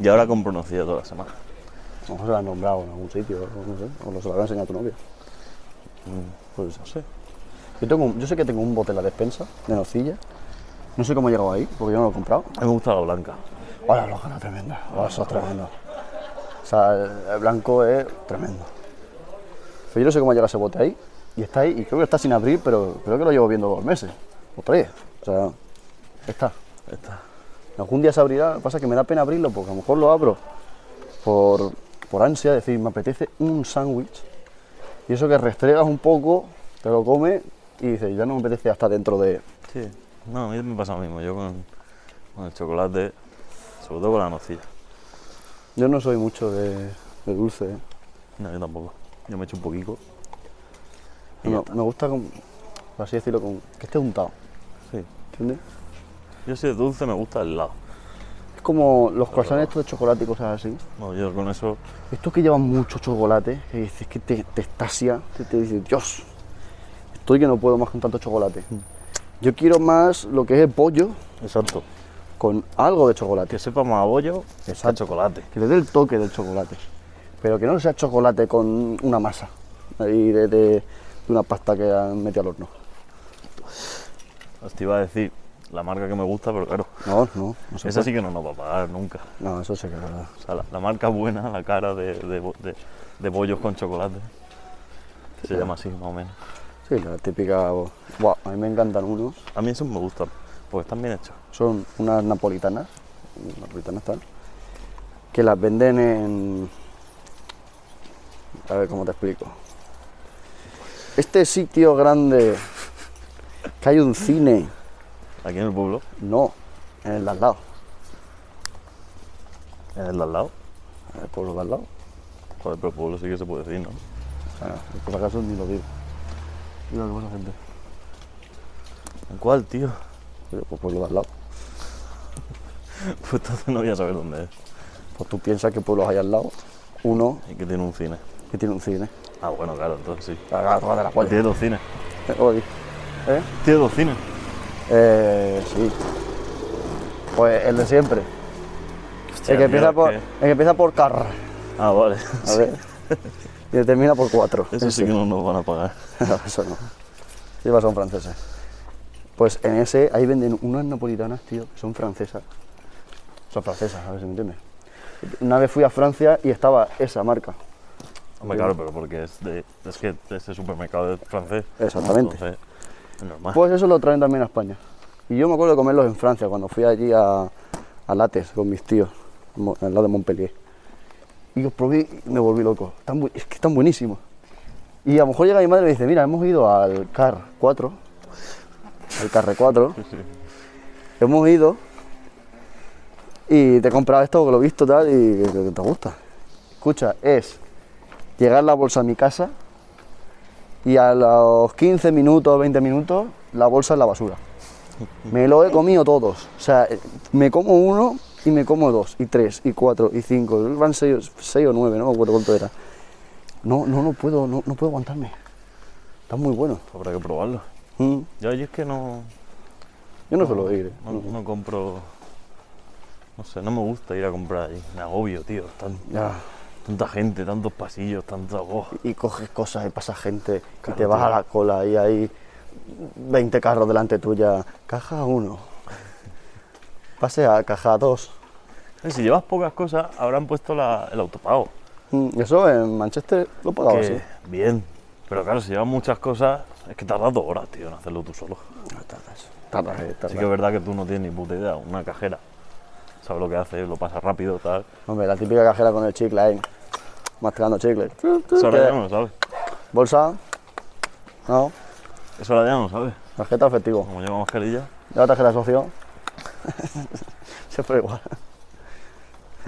B: Y ahora compro nocilla toda la semana.
A: A lo mejor se lo han nombrado en algún sitio, o no sé, o lo se lo habrá enseñado a tu novia.
B: Pues no sé.
A: Yo, tengo un- yo sé que tengo un bote en la despensa de nocilla. No sé cómo he llegado ahí, porque yo no lo he comprado.
B: A mí me gusta la blanca.
A: Ahora lo gana tremenda. Ahora eso es tremendo. O sea, el, el blanco es tremendo. Pero yo no sé cómo llega ese bote ahí. Y está ahí, y creo que está sin abrir, pero creo que lo llevo viendo dos meses. O tres. O sea, está.
B: Esta.
A: Algún día se abrirá, lo que pasa es que me da pena abrirlo porque a lo mejor lo abro por, por ansia, es decir, me apetece un sándwich y eso que restregas un poco, te lo comes y dices, ya no me apetece hasta dentro de...
B: Sí. No, a mí me pasa lo mismo. Yo con, con el chocolate, sobre todo con la nocilla.
A: Yo no soy mucho de, de dulce, ¿eh?
B: No, yo tampoco. Yo me echo un poquito. Y ya
A: me, me gusta, con, por así decirlo, con, que esté untado,
B: Sí.
A: ¿entiendes?
B: Yo si es dulce me gusta el helado.
A: como los croissants estos de chocolate y cosas así.
B: No, yo con eso.
A: Estos que llevan mucho chocolate, que dices que te, te estasia, que te dices, Dios, estoy que no puedo más con tanto chocolate.
B: Mm.
A: Yo quiero más lo que es el pollo
B: Exacto.
A: con algo de chocolate.
B: Que sepa más a bollo que a
A: Exacto.
B: chocolate.
A: Que le dé el toque del chocolate. Pero que no sea chocolate con una masa y de, de- de una pasta que han metido al horno.
B: Os te iba a decir la marca que me gusta, pero claro,
A: No, no, no se
B: esa
A: puede.
B: sí que no nos va a pagar nunca.
A: No, eso sí que es verdad.
B: O sea, la, la marca buena, la cara de, de, bo- de- de bollos con chocolate. Que se llama así, más o menos.
A: Sí, la típica. Buah, a mí me encantan unos.
B: A mí esos me gustan, porque están bien hechos.
A: Son unas napolitanas. Napolitanas tal. Que las venden en. A ver cómo te explico. Este sitio grande. Que hay un cine.
B: Aquí en el pueblo,
A: No, en el de al lado.
B: en el de al lado.
A: En el pueblo de al lado.
B: Joder, pero pueblo sí que se puede decir, ¿no?
A: Ah, por acaso ni lo digo. Mira lo que pasa, gente.
B: ¿En cuál, tío?
A: Pero, Pues pueblo de al lado.
B: Pues entonces no voy a saber dónde es.
A: Pues tú piensas que pueblos hay al lado. Uno
B: Y que tiene un cine.
A: que tiene un cine.
B: Ah, bueno, claro, entonces sí.
A: Agárrate la polla.
B: Tiene dos cines.
A: Eh, Hoy. ¿Eh?
B: Tiene dos cines.
A: Eh, sí. Pues el de siempre.
B: Hostia,
A: El que,
B: tío,
A: empieza
B: es
A: por,
B: que-
A: el que empieza por car.
B: Ah, vale.
A: A ver. Y termina por cuatro.
B: Eso sí que no nos van a pagar.
A: No, eso no. Lleva son franceses. Pues en ese, ahí venden unas napolitanas, tío, que son francesas. Son francesas, a ver si me entiendes. Una vez fui a Francia y estaba esa marca.
B: Hombre, claro, pero porque es, de, es que este supermercado es francés.
A: Exactamente.
B: Entonces, es normal.
A: Pues eso lo traen también a España. Y yo me acuerdo de comerlos en Francia, cuando fui allí a, a Lates con mis tíos, mo- al lado de Montpellier. Y los probé y me volví loco. Están bu- es que están buenísimos. Y a lo mejor llega mi madre y me dice, mira, hemos ido al CAR 4, al Carre 4,
B: Sí.
A: hemos ido y te he comprado esto que lo he visto tal y que- que te gusta. Escucha, es llegar la bolsa a mi casa y a los 15 minutos, 20 minutos, la bolsa en la basura. Me lo he comido todos. O sea, eh, me como uno y me como dos, y tres, y cuatro, y cinco. Van seis, seis o nueve, no me acuerdo cuánto era. No, no, no puedo, no, no puedo aguantarme. Está muy bueno.
B: Habrá que probarlo.
A: Mm.
B: Yo, yo es que no,
A: Yo no suelo ir. eh.
B: no, no compro. No sé, no me gusta ir a comprar allí. Me agobio, tío. Tan-
A: Ya.
B: tanta gente, tantos pasillos, tanta voz.
A: y coges cosas y pasa gente
B: Claro,
A: y te vas
B: tío.
A: a la cola y hay 20 carros delante tuya. Caja 1. Pase a caja 2.
B: Eh, Si llevas pocas cosas, habrán puesto la- el autopago.
A: Mm, Eso en Manchester lo pagaba
B: que-
A: así.
B: Bien. Pero claro, si llevas muchas cosas, es que tardas dos horas, tío, en hacerlo tú solo.
A: Tardas. Tardas, eh, tardas.
B: Así que es verdad que tú no tienes ni puta idea. Una cajera sabe lo que hace, lo pasa rápido, tal.
A: Hombre, la típica cajera con el chicle ahí. Masticando chicle.
B: Eso ahora ya
A: ¿Qué?
B: no lo sabes.
A: Bolsa. No.
B: Eso ahora ya no lo sabes.
A: Tarjeta efectivo.
B: Como lleva mascarilla,
A: La tarjeta de socio. Siempre igual.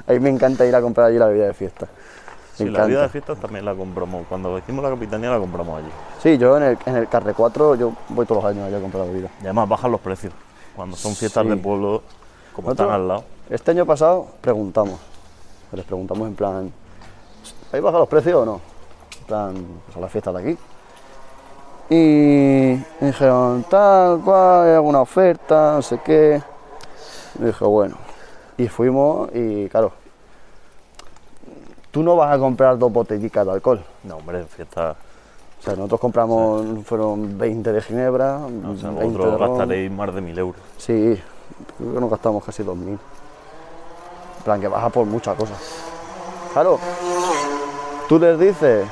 A: A mí me encanta ir a comprar allí la bebida de fiesta. Me
B: sí, la
A: encanta.
B: vida de fiestas también la compramos. Cuando hicimos la capitanía la compramos allí.
A: Sí, yo en el, en el Carre 4 yo voy todos los años allá a comprar bebida.
B: Y además bajan los precios. Cuando son fiestas
A: Sí.
B: de pueblo, como
A: Nosotros-
B: están al lado.
A: Este año pasado preguntamos, les preguntamos en plan, ¿hay bajado los precios o no? En plan, pues son las fiestas de aquí. Y me dijeron, tal cual, hay alguna oferta, no sé qué. Y dije, bueno. Y fuimos y claro, tú no vas a comprar dos botellicas de alcohol.
B: No, hombre, en fiestas.
A: O sea, nosotros compramos, fueron 20 de ginebra,
B: no, o
A: 20
B: sea,
A: de
B: vosotros
A: ron.
B: gastaréis más de mil euros.
A: Sí, creo que nos gastamos casi 2.000. En plan, que baja por muchas cosas. Claro, tú les dices,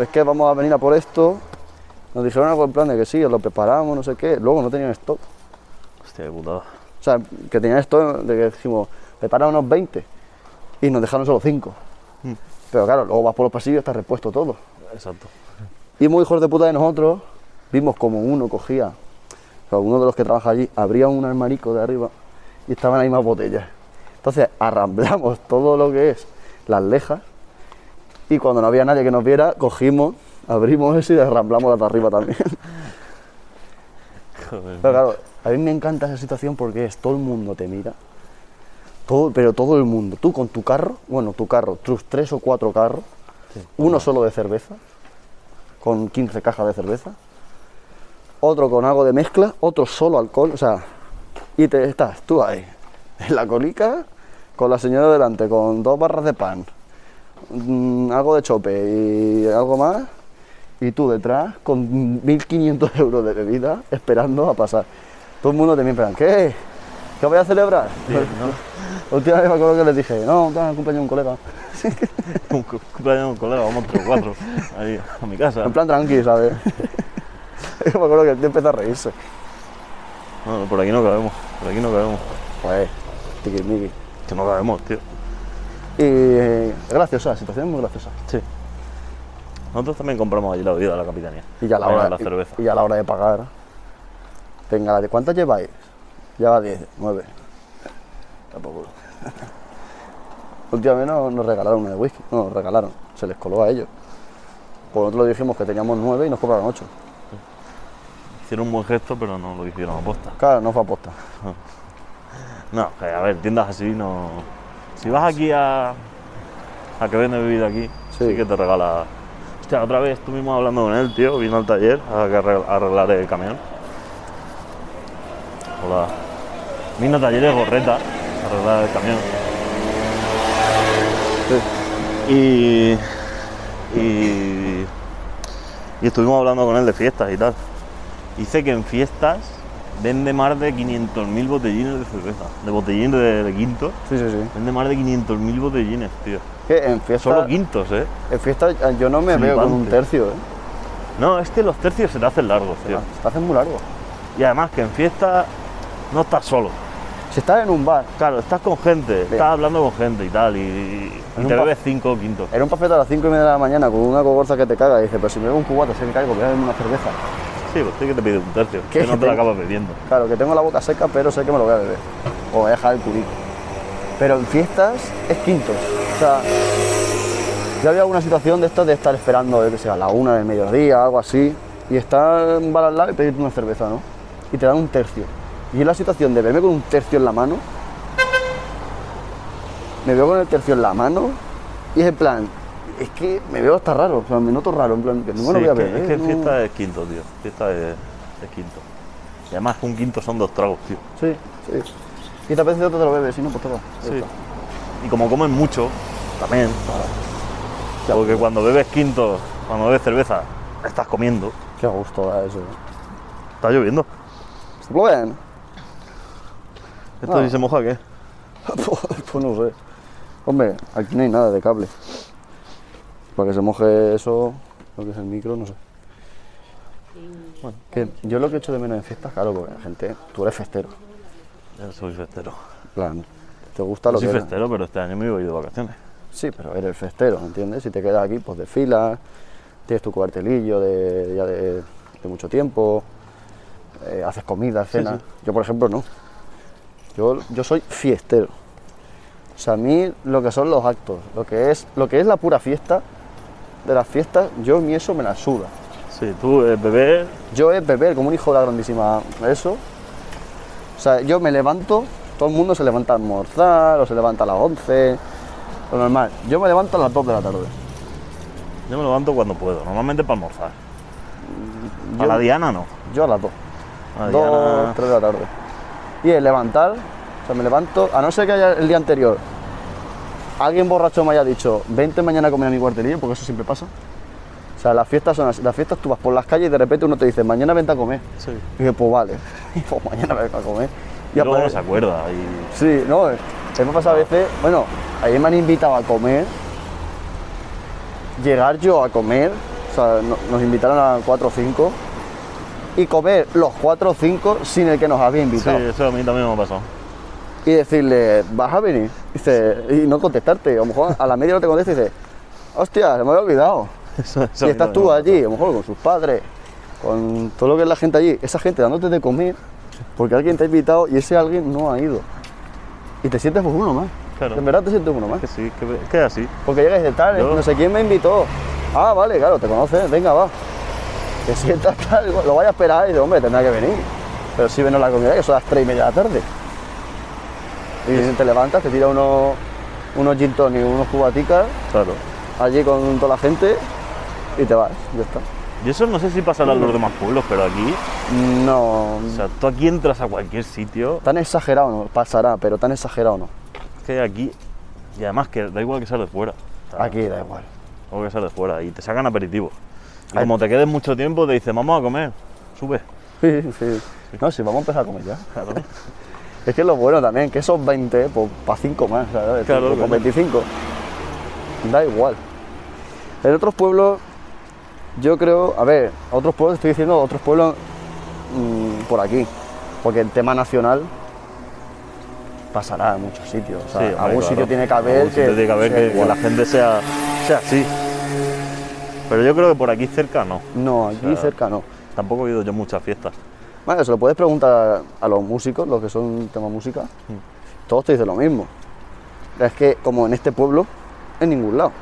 A: es que vamos a venir a por esto. Nos dijeron algo en plan de que sí, lo preparamos, no sé qué. Luego no tenían stock.
B: Hostia, qué putada.
A: O sea, que tenían stock de que dijimos, prepara unos 20. Y nos dejaron solo 5.
B: Mm.
A: Pero claro, luego vas por los pasillos y está repuesto todo.
B: Exacto.
A: Y muy hijos de puta de nosotros, vimos como uno cogía, o sea, uno de los que trabaja allí, abría un armarico de arriba y estaban ahí más botellas. Entonces arramblamos todo lo que es las lejas y cuando no había nadie que nos viera, cogimos, abrimos eso y arramblamos las de arriba también.
B: Joder.
A: Pero claro, a mí me encanta esa situación porque es todo el mundo te mira, Todo, pero todo el mundo. Tú con tu carro, bueno, tu carro, tus tres o cuatro carros, uno solo de cerveza, con 15 cajas de cerveza, otro con algo de mezcla, otro solo alcohol, o sea, y te estás tú ahí, en la colica, con la señora delante, con dos barras de pan, mm, algo de chope y algo más, y tú detrás con 1.500 euros de bebida esperando a pasar. Todo el mundo te mira, en plan, ¿qué? ¿Qué voy a celebrar? La última vez me acuerdo que les dije, no, tal, el cumpleaños de un colega.
B: Un cu- cumpleaños de un colega, vamos tres o cuatro, ahí, a mi casa.
A: En plan tranqui, ¿sabes? Es que me acuerdo que el tío empezó a reírse.
B: Bueno, por aquí no cabemos, por aquí no cabemos.
A: Pues, tiquismiqui.
B: Que no cabemos, tío.
A: Y eh, graciosa, la situación es muy graciosa.
B: Sí. Nosotros también compramos allí la bebida de la capitanía.
A: Y ya a la
B: Ahí,
A: hora,
B: La cerveza.
A: Y, y a la hora de pagar. Venga, la de- ¿cuántas lleváis? Lleva 10, 9. Tampoco. Últimamente nos, nos regalaron una de whisky. No, nos regalaron. Se les coló a ellos. Pues nosotros le dijimos que teníamos 9 y nos cobraron 8.
B: Hicieron un buen gesto, pero no lo hicieron aposta.
A: Claro, no fue aposta.
B: No, que, a ver, tiendas así no. Si vas aquí a. a que vende bebida aquí, sí.
A: Sí.
B: que te regala. Hostia, otra vez estuvimos hablando con él, tío, vino al taller a que arregl- a arreglar el camión. Hola. Vino al taller de gorreta a arreglar el camión.
A: Sí.
B: Y, y, y estuvimos hablando con él de fiestas y tal. Dice que en fiestas vende más de 500.000 botellines de cerveza, de botellines de, de quinto.
A: Sí, sí, sí.
B: Vende más de 500.000 botellines, tío.
A: Que en fiesta,
B: Solo quintos, ¿eh?
A: en fiesta yo no me veo con un
B: Flipante.
A: tercio, ¿eh?
B: No, es que los tercios se te hacen largos, tío.
A: Se hacen muy largo.
B: Y además que en fiestas no estás solo.
A: Si estás en un bar,
B: Claro, estás con gente,
A: Bien.
B: estás hablando con gente y tal, y, y
A: En un Eh.
B: te
A: pub.
B: bebes cinco quintos.
A: en un pafeta a las 5 y media de la mañana con una cogorza que te caga y dices, pero si me bebo un cubata, se me caigo, voy a beberme una cerveza.
B: Sí, pues sí que te pide un tercio,
A: ¿Qué?
B: que no te lo acabas bebiendo.
A: Claro, que tengo la boca seca, pero sé que me lo voy a beber. O voy a dejar el cubico. Pero en fiestas es quintos. O sea, ya había alguna situación de estas de estar esperando, yo que sea, a la una del mediodía, algo así, y estar en un bar al lado y pedirte una cerveza, ¿no? Y te dan un tercio. Y en la situación de verme con un tercio en la mano, me veo con el tercio en la mano y es en plan, es que me veo hasta raro, o sea, me noto raro, en plan, que no me lo
B: Sí,
A: voy a
B: es que-
A: beber.
B: Es que en
A: no.
B: fiesta es quinto, tío. Fiesta es, es quinto. Y además un quinto son dos tragos, tío.
A: Sí, sí. Y te apetece otro te lo bebes, si no, pues toma. ya está.
B: Y como comen mucho, también.
A: Ya.
B: Porque cuando bebes quinto, cuando bebes cerveza, estás comiendo.
A: Qué gusto da eso.
B: Está lloviendo.
A: ¿Lo ven?
B: Esto
A: Ah.
B: si se moja, ¿qué?
A: pues no sé. Hombre, aquí no hay nada de cable. Para que se moje eso, lo que es el micro, no sé. Bueno, que yo lo que echo de menos en fiestas, claro, porque la gente, tú eres festero.
B: Yo no soy festero.
A: en plan, te gusta
B: Yo
A: lo
B: soy
A: que eres.
B: festero, pero este año me iba a ir de vacaciones.
A: Sí, pero eres festero, ¿entiendes? Si te quedas aquí, pues desfilas, tienes tu cuartelillo de, ya de, de mucho tiempo, eh, haces comida, cena.
B: sí.
A: Yo, por ejemplo, no. Yo, yo soy fiestero. O sea, a mí lo que son los actos, lo que es, lo que es la pura fiesta, de las fiestas, yo ni eso me la suda.
B: Sí, tú eh, beber,
A: Yo es beber como un hijo de la grandísima, eso. O sea, yo me levanto, todo el mundo se levanta a almorzar, o se levanta a las 11, lo normal. Yo me levanto a las 2 de la tarde.
B: yo me levanto cuando puedo, normalmente para almorzar.
A: Mm, Yo-
B: A la Diana no.
A: Yo a las 2.
B: A la
A: 2,
B: Diana.
A: 3 de la tarde. Y es levantar, o sea, me levanto, a no ser que haya el día anterior alguien borracho me haya dicho, vente mañana a comer a mi cuartelillo, porque eso siempre pasa. O sea, las fiestas son así, las fiestas tú vas por las calles y de repente uno te dice, mañana vente a comer.
B: Sí. Y
A: Y yo, pues vale, y pues mañana vengo a comer. Y
B: luego no
A: aparece-
B: se acuerda. Y...
A: Sí, no, eh, me ha pasado a veces, bueno, ayer me han invitado a comer, llegar yo a comer, o sea, no- nos invitaron a 4 o 5, y comer los 4 o 5 sin el que nos había
B: Sí,
A: invitado.
B: eso a mí también me ha pasado.
A: Y decirle, ¿vas a venir? Dice, y no contestarte, a lo mejor a la media no te contesta y dice, hostia, se me había olvidado.
B: Eso- eso a
A: Y
B: mí
A: estás
B: también
A: tú ¿ah?
B: me ha
A: allí, a lo mejor con sus padres, con todo lo que es la gente allí, esa gente dándote de comer porque alguien te ha invitado y ese alguien no ha ido. Y te sientes pues uno más.
B: Claro.
A: En verdad te sientes uno más.
B: Que sí, que, que es así.
A: Porque llegas y dices, tal,
B: Yo-
A: no sé quién me invitó. Ah, vale, claro, te conoces, venga, va. Te sientas tal, igual, lo vaya a esperar y dices, hombre, tendrá que venir. Pero si ven a la comida, que son las 3 y media de la tarde. Y te levantas, te tira unos, unos gin tonic, unos cubaticas,
B: Claro.
A: allí con toda la gente y te vas, ya está.
B: Y eso no sé si pasará en los demás pueblos, pero aquí,
A: No,
B: o sea, tú aquí entras a cualquier sitio,
A: tan exagerado no, pasará, pero tan exagerado no.
B: que aquí, y además que da igual que seas de fuera. O sea,
A: Aquí da igual.
B: O que sales fuera y te sacan aperitivos. Y como te quedes mucho tiempo, te dicen, vamos a comer, sube.
A: Sí, sí. No, sí, vamos a empezar a comer ya.
B: Claro.
A: Es que es lo bueno también, que esos 20, pues para 5 más, ¿sabes?
B: Claro,
A: Con
B: claro.
A: 25. Da igual. En otros pueblos, yo creo, a ver, otros pueblos, estoy diciendo otros pueblos mm, por aquí, porque el tema nacional pasará en muchos sitios. O sea,
B: Sí, hombre,
A: algún
B: claro.
A: sitio tiene que
B: Algún
A: haber que,
B: sitio tiene que, haber
A: sea
B: que, que
A: igual.
B: la gente sea, sea así. Pero yo creo que por aquí cerca no.
A: No, aquí
B: sea,
A: cerca no.
B: Tampoco he ido yo a muchas fiestas.
A: Bueno, se lo puedes preguntar a los músicos, los que son tema música. Todos te dicen lo mismo. Es que como en este pueblo, en ningún lado.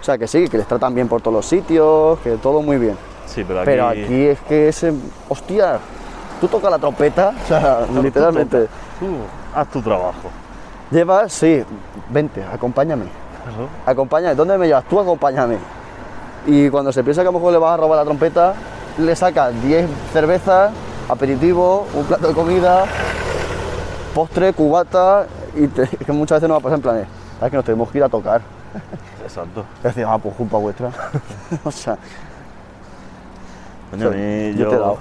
A: O sea que sí, que les tratan bien por todos los sitios, que todo muy bien.
B: Sí, pero aquí.
A: Pero aquí es que ese. ¡Hostia! Tú tocas la trompeta, o sea,
B: Tú
A: literalmente.
B: toca, tú haz tu trabajo.
A: Llevas, sí, vente, acompáñame.
B: Claro.
A: Acompáñame, ¿dónde me llevas? Tú acompáñame. Y cuando se piensa que a lo mejor le vas a robar la trompeta, le sacas 10 cervezas, aperitivo, un plato de comida, postre, cubata, y te- es que muchas veces nos va a pasar en planes. Es que nos tenemos que ir a tocar.
B: Exacto.
A: Y decir, ah, pues culpa vuestra. o sea,
B: Coño, a mí
A: yo
B: yo,
A: te he dado.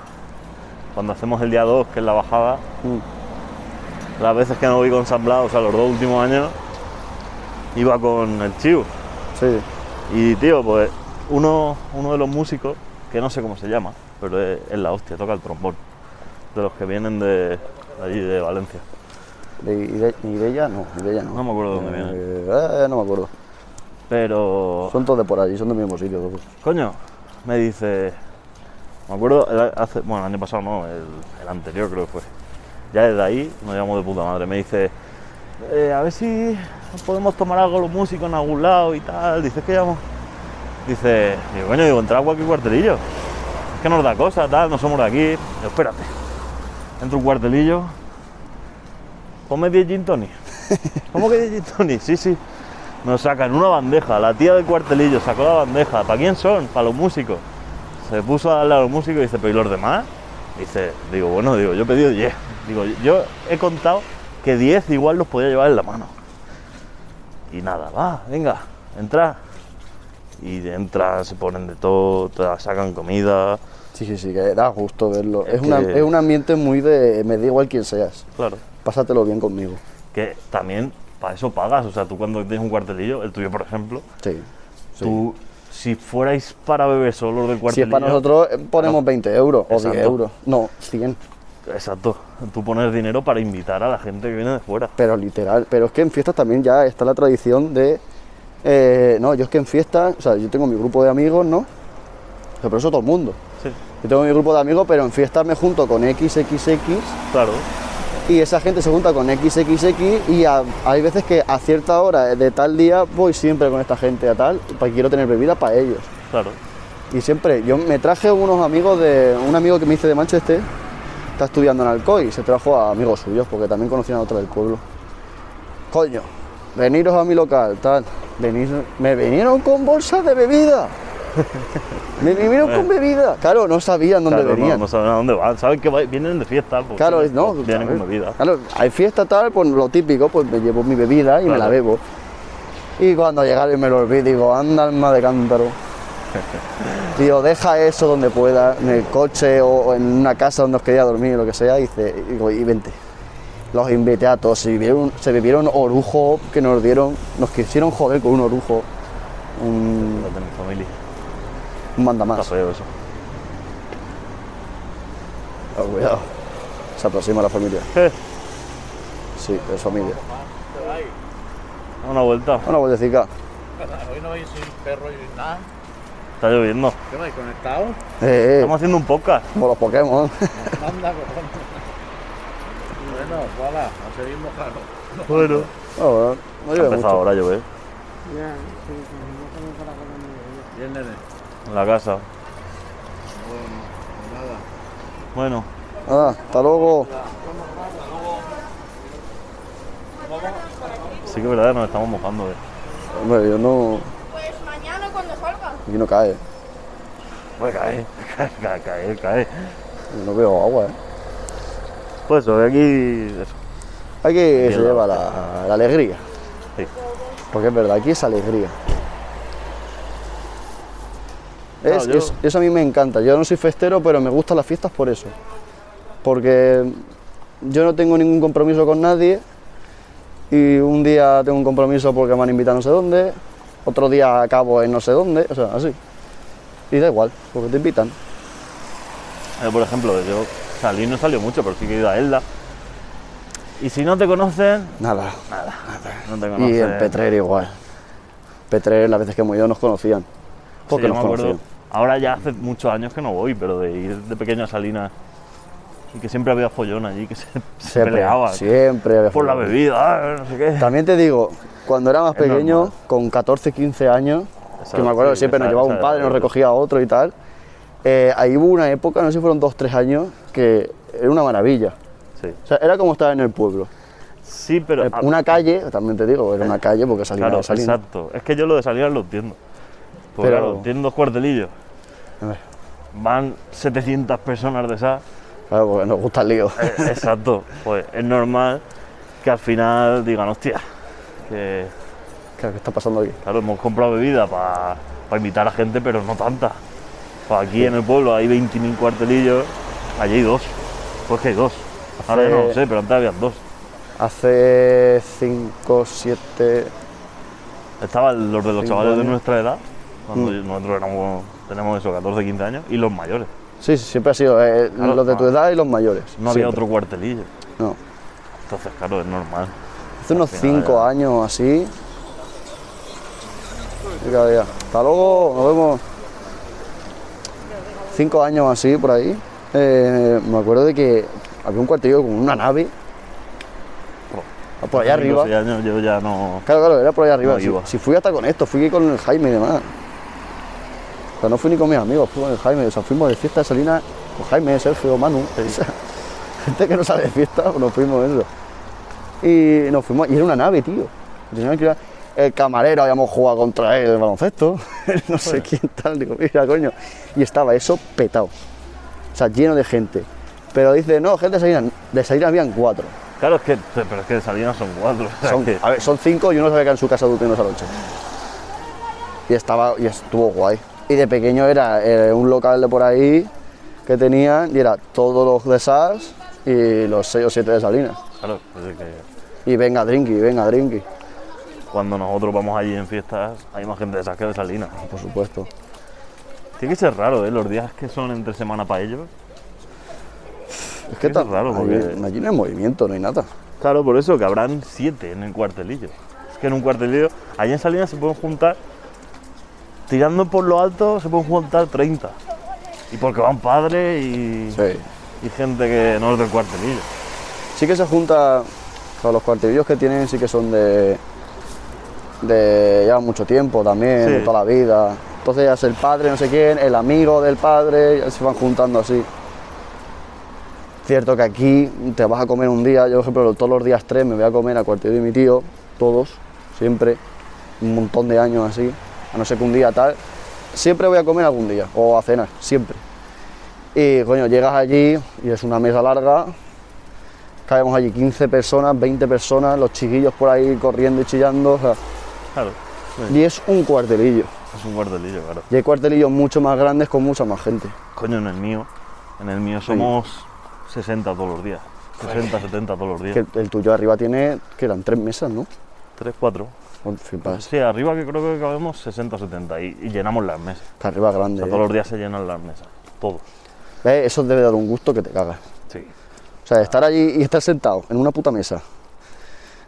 B: cuando hacemos el día 2, que es la bajada,
A: mm,
B: las veces que no voy con San Blas, o sea, los dos últimos años, iba con el chivo.
A: sí,
B: Y tío, pues uno, uno de los músicos, que no sé cómo se llama, pero es, es la hostia, toca el trombón. De los que vienen de, de allí, de Valencia.
A: de, Ide- Idella no, Idella no.
B: No me acuerdo de dónde viene.
A: Eh, eh, no me acuerdo.
B: Pero,
A: Son todos de por allí, son del mismo sitio. todos.
B: coño, me dice, me acuerdo, el- hace, bueno, el año pasado no, el, el anterior creo que fue. Ya desde ahí nos llevamos de puta madre. Me dice, "Eh, a ver si podemos tomar algo los músicos en algún lado y tal. Dice, "Es que llevamos. Dice, digo, coño, digo, entra a cualquier cuartelillo. Es que nos da cosa, tal, no somos de aquí. Digo, espérate. Entro un cuartelillo. Ponme 10 gin tonic". ¿Cómo que 10 gin tonic? Sí, sí. Nos sacan una bandeja. La tía del cuartelillo sacó la bandeja. ¿Para quién son? Para los músicos. Se puso a darle a los músicos y dice, pero ¿y los demás? Dice, digo, bueno, digo, yo he pedido 10. Digo, yo he contado que 10 igual los podía llevar en la mano. Y nada, va, venga, entra. Y entran, se ponen de todo, te sacan comida.
A: Sí, sí, sí, que da gusto verlo.
B: Es
A: Es, una-
B: que-
A: es un ambiente muy de. Me da igual quién seas.
B: Claro.
A: Pásatelo bien conmigo.
B: Que también para eso pagas. O sea, tú cuando tienes un cuartelillo, el tuyo por ejemplo,
A: Sí. sí.
B: tú si fuerais para beber solo los del
A: si
B: cuartelillo.
A: es para nosotros, eh, ponemos 20 euros o
B: Exacto.
A: 10 euros. No, 100.
B: Exacto. Tú pones dinero para invitar a la gente que viene de fuera.
A: Pero literal. Pero es que en fiestas también ya está la tradición de. eh, no, yo es que en fiestas. O sea, yo tengo mi grupo de amigos, ¿no? O sea, Pero eso todo el mundo.
B: Sí.
A: Yo tengo mi grupo de amigos, pero en fiestas me junto con XXX
B: Claro.
A: y esa gente se junta con XXX y a- hay veces que a cierta hora de tal día voy siempre con esta gente a tal, porque quiero tener bebida para ellos.
B: Claro.
A: Y siempre, yo me traje unos amigos de. Un amigo que me hice de Manchester, está estudiando en Alcoy y se trajo a amigos suyos, porque también conocían a otra del pueblo. Coño, veniros a mi local, tal. Venís, me vinieron con bolsas de bebida. Me vinieron con bebida. Claro, no sabían dónde
B: Claro, no,
A: venían.
B: no saben a dónde van. Saben que va- vienen de fiesta. porque
A: Claro,
B: vienen-
A: no,
B: Vienen
A: ¿sabes?
B: con bebida.
A: Claro, hay fiesta tal, pues lo típico, pues me llevo mi bebida y me
B: Claro.
A: la bebo. Y cuando llegar y me lo olvido, digo, anda alma de cántaro. Tío, deja eso donde pueda, en el coche o, o en una casa donde os quería dormir, lo que sea, y, dice, y digo, y vente. Los invité a todos, se vivieron, se bebieron orujo que nos dieron, nos quisieron joder con un orujo, un,
B: No tienen familia.
A: un mandamás.
B: Está feo eso.
A: Ah, cuidado. Se aproxima la familia.
B: Eh.
A: Sí, es familia.
B: Da Una vuelta.
A: Bueno, pues decir
C: Hoy no veis sin perro y nada.
B: Está lloviendo.
C: ¿Qué me he conectado?
A: Eh, eh,
B: Estamos haciendo un podcast.
A: como los Pokémon.
C: Anda, cojones. Bueno, voilà, nos seguimos claro.
B: Bueno.
A: No, Ah, no
B: Ha
A: llueve
B: empezado
A: mucho.
B: ahora a llover.
D: Ya, sí, también estamos para comer.
C: ¿Y el nene?
B: En la casa.
C: Bueno,
B: Bueno.
C: nada.
A: Ah, hasta luego.
B: Sí que es verdad, nos estamos mojando. eh.
A: Hombre, yo no.
E: Pues mañana cuando salga.
A: Aquí no cae.
B: Pues cae, cae, cae, cae, cae.
A: Yo no veo agua, ¿eh?
B: Pues eso, de aquí. eso.
A: Aquí se
B: la-
A: lleva la, la alegría.
B: Sí.
A: Porque es verdad, aquí es alegría.
B: Claro,
A: Es-
B: yo-
A: es- eso a mí me encanta. Yo no soy festero, pero me gustan las fiestas por eso. Porque yo no tengo ningún compromiso con nadie. Y un día tengo un compromiso porque me han invitado a no sé dónde. Otro día acabo en no sé dónde. O sea, así. Y da igual, porque te invitan.
B: Yo, por ejemplo, yo salí, no salió mucho, pero sí que he ido a Elda. Y si no te conocen,
A: Nada.
B: no te conocen.
A: Y en Petrer igual. Petrer, las veces que hemos ido nos conocían. Porque
B: Sí, yo
A: nos
B: me acuerdo.
A: conocían.
B: Ahora ya hace muchos años que no voy, pero de ir de pequeño a Salinas y que siempre había follón allí, que se, se
A: Siempre,
B: peleaban
A: siempre había
B: por la
A: follón.
B: bebida, ah, no sé qué.
A: También te digo, cuando era más
B: Es
A: pequeño,
B: normal.
A: con 14, 15 años,
B: Esa-
A: que me acuerdo que
B: sí,
A: siempre nos
B: esa-
A: llevaba
B: esa
A: un
B: era
A: padre, nos
B: otra.
A: recogía otro y tal, eh, ahí hubo una época, no sé si fueron 2, 3 años, que era una maravilla.
B: Sí.
A: O sea, era como estar en el pueblo.
B: Sí, pero.
A: Eh,
B: ah,
A: Una calle, también te digo, era una calle porque salía
B: Claro,
A: de Salinas.
B: exacto. Es que yo lo de Salinas lo entiendo. Porque,
A: Pero-
B: claro, tienen dos cuartelillos.
A: A ver.
B: Van 700 personas de esas.
A: Claro, porque nos gusta el lío.
B: Eh, Exacto. Pues es normal que al final digan, hostia, que
A: Claro, ¿Qué está pasando aquí?
B: claro, hemos comprado bebida para invitar a gente, pero no tanta. Pues aquí en el pueblo hay 20.000 cuartelillos, allí hay dos. Pues que hay dos. Ahora yo no lo
A: Hace-
B: sé, pero antes habían dos.
A: Hace 5, 7,
B: Estaban los de los
A: Cinco
B: chavales de
A: años. Mm.
B: nuestra edad, cuando nosotros éramos, tenemos eso, 14, 15 años, y los mayores.
A: Sí, sí, siempre ha sido eh,
B: Claro,
A: los de tu
B: no.
A: edad y los mayores.
B: No había otro cuartelillo.
A: otro. No.
B: Entonces, claro, es normal.
A: Hace unos
B: final
A: 5
B: ya.
A: años así. Sí que había. Hasta luego, nos vemos. 5 años así por ahí. eh, me acuerdo de que había un cuartillo con una nave. Por allá
B: Hace
A: arriba.
B: cinco o seis años yo ya no.
A: Claro, claro, era por allá arriba.
B: No
A: si,
B: iba.
A: si fui hasta con esto, fui con el Jaime y demás. O sea, no fui ni con mis amigos, fui con el Jaime. O sea, fuimos de fiesta de Salinas con Jaime, Sergio, Manu. o sea, gente que no sale de fiesta, pues nos fuimos eso. Y nos fuimos, y era una nave, tío. Teníamos que ir a- el camarero habíamos jugado contra él el baloncesto, no sé quién tal, digo, mira, coño. Y estaba eso petado, o sea, lleno de gente. Pero dice, no, gente de Salinas, de Salinas habían cuatro.
B: Claro, es que, pero es que de Salinas son cuatro. o sea
A: Son,
B: que-
A: a ver, son cinco y uno se ve que en su casa durmiendo esa noche. Y estaba y estuvo guay. Y de pequeño era eh, un local de por ahí que tenían y era todos los de SAS y los seis o siete de Salinas.
B: Claro, pues es que
A: Y venga drinky, venga drinky,
B: cuando nosotros vamos allí en fiestas, hay más gente de esas que de Salinas.
A: por supuesto.
B: Tiene que ser raro, ¿eh? Los días que son entre semana para ellos.
A: Es que
B: Es
A: tan
B: raro,
A: allí-
B: porque-
A: allí no hay movimiento, no hay nada.
B: Claro, por eso que habrán siete en el cuartelillo. Es que en un cuartelillo, allí en Salinas se pueden juntar, tirando por lo alto, se pueden juntar 30. Y porque van padres y,
A: Sí.
B: y gente que no es del cuartelillo.
A: Sí que se junta, con los cuartillos que tienen sí que son de, de ya mucho tiempo también,
B: Sí.
A: de toda la vida. Entonces ya es el padre, no sé quién, el amigo del padre, ya se van juntando así. Cierto que aquí te vas a comer un día, yo por ejemplo todos los días tres me voy a comer a cuartillo de mi tío, todos, siempre, un montón de años así, a no ser que un día tal, siempre voy a comer algún día, o a cenar, siempre. Y coño, llegas allí y es una mesa larga, cabemos allí 15 personas, 20 personas, los chiquillos por ahí corriendo y chillando. o sea,
B: Claro,
A: y es un cuartelillo.
B: es un cuartelillo, claro.
A: Y hay cuartelillos mucho más grandes con mucha más gente.
B: Coño, en el mío. En el mío somos 60 todos los días. 60, 70 todos los días.
A: Que el, el tuyo arriba tiene, que eran tres mesas, ¿no?
B: 3, 4.
A: O- flipas,
B: Sí, arriba que creo que cabemos 60, 70 y, y llenamos las mesas.
A: está arriba
B: O
A: grande.
B: sea,
A: ¿eh?
B: todos los días se llenan las mesas. Todos.
A: Eh, Eso debe dar un gusto que te cagas.
B: Sí.
A: O sea, estar allí y estar sentado en una puta mesa,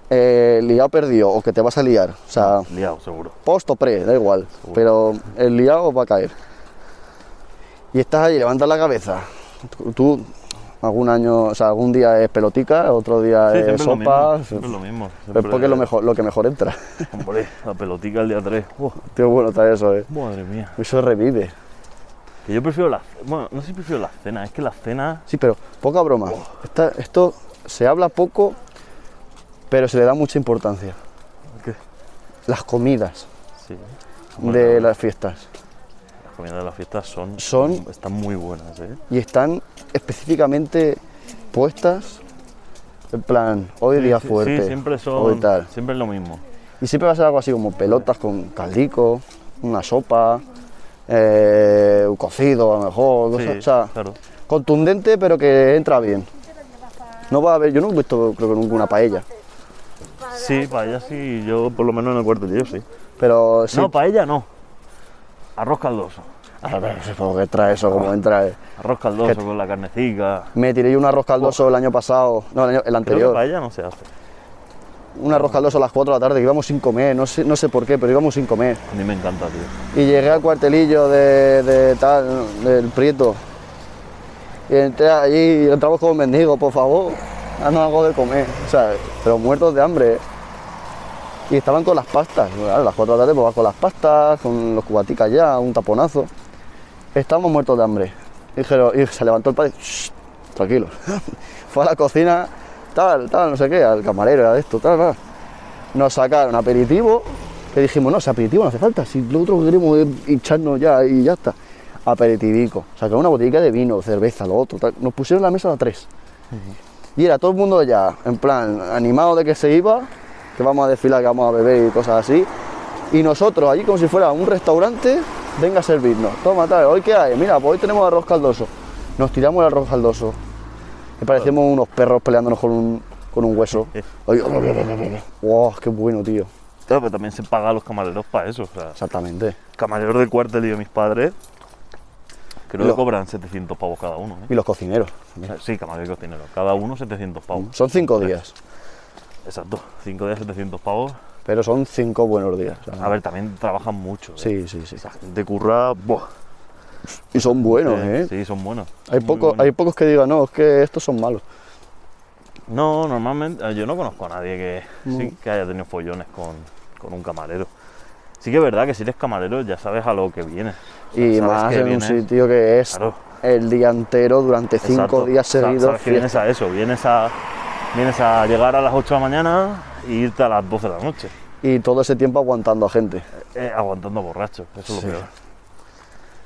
A: eh, liado perdido o que te vas a liar, o sea,
B: Liado, seguro.
A: post o pre, da igual, pero el liado va a caer. Y estás allí, levantas la cabeza. Tú, tú, algún año, o sea, algún día es pelotica, otro día
B: Sí, siempre
A: es
B: es lo
A: sopa.
B: mismo. Siempre es lo mismo.
A: Es porque
B: Siempre-
A: es lo, mejor, lo que mejor entra.
B: Hombre, la pelotica el día 3.
A: Tío, bueno, trae eso, eh.
B: madre mía.
A: Eso revive.
B: Que yo prefiero la. Bueno, no sé si prefiero la cena, es que la cena.
A: Sí, pero poca broma. Esta- esto se habla poco, pero se le da mucha importancia.
B: ¿Qué?
A: Las comidas
B: Sí.
A: de
B: Bueno,
A: las fiestas
B: Las comidas de las fiestas son,
A: Son-
B: Están muy buenas, ¿eh?
A: y están específicamente puestas en plan, hoy día
B: Sí, sí,
A: fuerte.
B: Sí, siempre
A: hoy
B: son.
A: tal.
B: Siempre es lo mismo.
A: Y siempre va a ser algo así como pelotas con caldico, una sopa, eh, un cocido a lo mejor,
B: Sí,
A: cosas- o sea,
B: claro.
A: contundente pero que entra bien. No va a haber, yo no he visto creo que nunca una paella,
B: Sí, paella sí, yo por lo menos en el cuarto yo sí.
A: pero sí,
B: No, paella no. Arroz caldoso.
A: a ver, no sé por qué trae eso, como entra. eh.
B: Arroz caldoso con la carnecita.
A: Me tiré yo un arroz caldoso el año pasado, no, el, año- el
B: Creo que
A: anterior,
B: paella no se hace.
A: un arroz caldoso a las 4 de la tarde, que íbamos sin comer, no sé, no sé por qué, pero íbamos sin comer.
B: A mí me encanta, tío.
A: Y llegué al cuartelillo de, de tal, del Prieto. Y entré allí y entramos como mendigo, por favor, danos algo de comer. O sea, pero muertos de hambre. Y estaban con las pastas. Claro, a las 4 de la tarde pues vas con las pastas, con los cubaticas ya, un taponazo. Estábamos muertos de hambre. Dijeron, y se levantó el padre, "Shh, tranquilo. Fue a la cocina, tal, tal, no sé qué, al camarero, era de esto, tal, tal. Nos sacaron aperitivo, que dijimos, no, si aperitivo no hace falta, si nosotros queremos es hincharnos ya y ya está. Aperitivico. Sacaron una botella de vino, cerveza, lo otro, tal. Nos pusieron la mesa a las tres. Y era todo el mundo ya, en plan, animado de que se iba, que vamos a desfilar, que vamos a beber y cosas así. Y nosotros allí como si fuera un restaurante, venga a servirnos. Toma, tal, hoy qué hay, mira, pues hoy tenemos arroz caldoso. Nos tiramos el arroz caldoso. Y parecemos unos perros peleándonos con un, con un hueso. Oye, wow, qué bueno, tío.
B: Claro, pero también se paga a los camareros para eso. O sea,
A: Exactamente.
B: camareros del cuartel y de mis padres, creo
A: Lo-
B: que cobran 700 pavos cada uno. ¿eh?
A: Y los cocineros.
B: O sea, Sí, camarero y cocinero. Cada uno 700 pavos.
A: Son cinco días,
B: Exacto. 5 días, 700 pavos.
A: pero son cinco buenos días. o sea,
B: A ver, también trabajan mucho. ¿eh?
A: sí, sí, sí.
B: De curra, buah.
A: Y son buenos,
B: Eh,
A: ¿eh?
B: Sí, son buenos.
A: Hay,
B: Muy
A: poco,
B: buenos.
A: hay pocos que digan, no, es que estos son malos.
B: No, normalmente eh, yo no conozco a nadie que, sí, que haya tenido follones con, con un camarero. Sí que es verdad que si eres camarero ya sabes a lo que vienes. O sea,
A: Y
B: sabes
A: más
B: que
A: en un
B: vienes-
A: sitio que es
B: Claro.
A: el día entero, durante cinco
B: Exacto.
A: días
B: Sa-
A: seguidos.
B: Sabes que vienes a eso, vienes a, vienes a llegar a las 8 de la mañana e irte a las 12 de la noche,
A: Y todo ese tiempo aguantando a gente.
B: eh, aguantando borracho, eso es
A: Sí.
B: lo peor.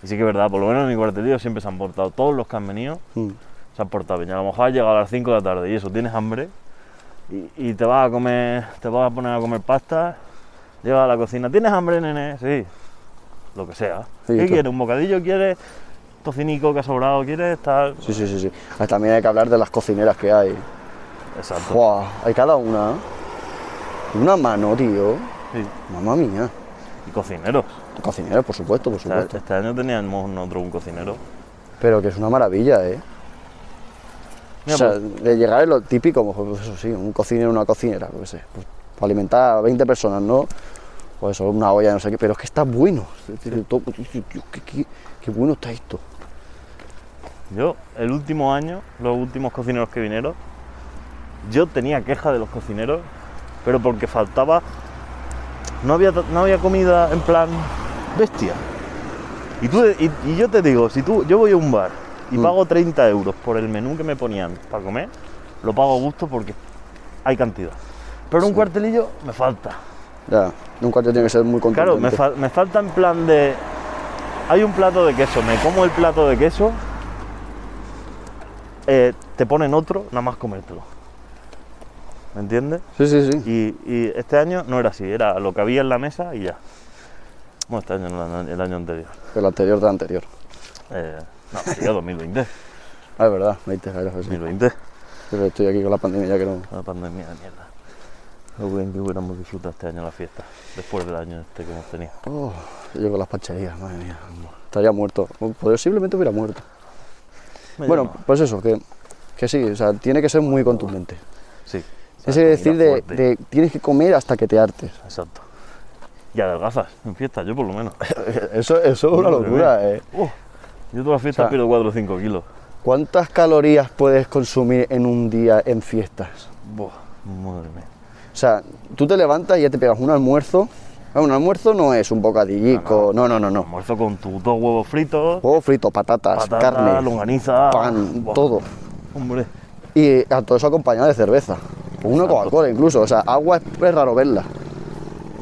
B: Y sí que es verdad, por lo menos en mi cuartelillo siempre se han portado, todos los que han venido
A: Mm.
B: se han portado bien. Y A lo mejor has llegado a las 5 de la tarde y eso, tienes hambre y, y te vas a comer, te vas a poner a comer pasta, llegas a la cocina, ¿tienes hambre, nene? Sí, lo que sea.
A: Sí,
B: ¿Qué
A: tú-
B: quieres? ¿Un bocadillo? ¿Quieres tocinico que ha sobrado? ¿Quieres tal?
A: Sí, sí, sí, sí. Ah, También hay que hablar de las cocineras que hay.
B: Exacto.
A: ¡Buah! Hay cada una. Una mano, tío.
B: Sí.
A: Mamma mía.
B: Y cocineros.
A: Cocineros, por supuesto, por
B: O sea,
A: supuesto.
B: este año teníamos nosotros un cocinero.
A: Pero que es una maravilla, ¿eh?
B: Mira,
A: o sea,
B: pues,
A: de llegar es lo típico, mejor, pues eso sí, un cocinero, una cocinera, lo que sé. Pues, para alimentar a 20 personas, ¿no? Pues eso, una olla, no sé qué, pero es que está bueno. Es decir, todo- Dios, qué, qué- qué bueno está esto.
B: yo, el último año, los últimos cocineros que vinieron, yo tenía queja de los cocineros, pero porque faltaba. No había, ta- no había comida en plan bestia. Y, tú, y, y yo te digo, si tú, yo voy a un bar y
A: Mm.
B: pago 30 euros por el menú que me ponían para comer, lo pago a gusto porque hay cantidad. Pero en un cuartelillo me falta.
A: Ya, un cuarto tiene que ser muy contento.
B: Claro, me, fal- me falta en plan de. Hay un plato de queso, me como el plato de queso, eh, te ponen otro, nada más comértelo. ¿Me entiendes?
A: Sí, sí, sí.
B: Y, y este año no era así, era lo que había en la mesa y ya. Bueno, este año, no, el año anterior.
A: El anterior del anterior.
B: Eh, no, tío, 2020.
A: Ah, es verdad, me diste gracias. sí.
B: 2020,
A: Pero estoy aquí con la pandemia ya que no.
B: la pandemia de mierda. Lo bien que hubiéramos disfrutado este año la fiesta, después del año este que hemos tenido.
A: Oh, yo con las pancherías, madre mía. Estaría muerto. O Posiblemente hubiera muerto.
B: Me
A: Bueno,
B: llama.
A: pues eso, que, que sí, o sea, tiene que ser muy contundente.
B: sí.
A: Es decir, de,
B: Fuerte.
A: de tienes que comer hasta que te hartes.
B: Exacto. Y adelgazas en fiesta, yo por lo menos.
A: Eso, eso es una
B: Madre
A: locura,
B: mía.
A: ¿eh?
B: Uf, yo todas las
A: O
B: fiestas
A: sea,
B: pierdo 4 o 5 kilos.
A: ¿Cuántas calorías puedes consumir en un día en fiestas?
B: Buah, madre mía.
A: O sea, tú te levantas y ya te pegas un almuerzo. Ah, Un almuerzo no es un bocadillico, no, no, no, no.
B: Almuerzo con tus dos huevos fritos,
A: Huevo frito, patatas,
B: patata,
A: carne,
B: longaniza,
A: pan,
B: buah,
A: todo.
B: Hombre,
A: Y a todo eso acompañado de cerveza. O una
B: Exacto.
A: Coca-Cola incluso. O sea, agua es, es raro verla.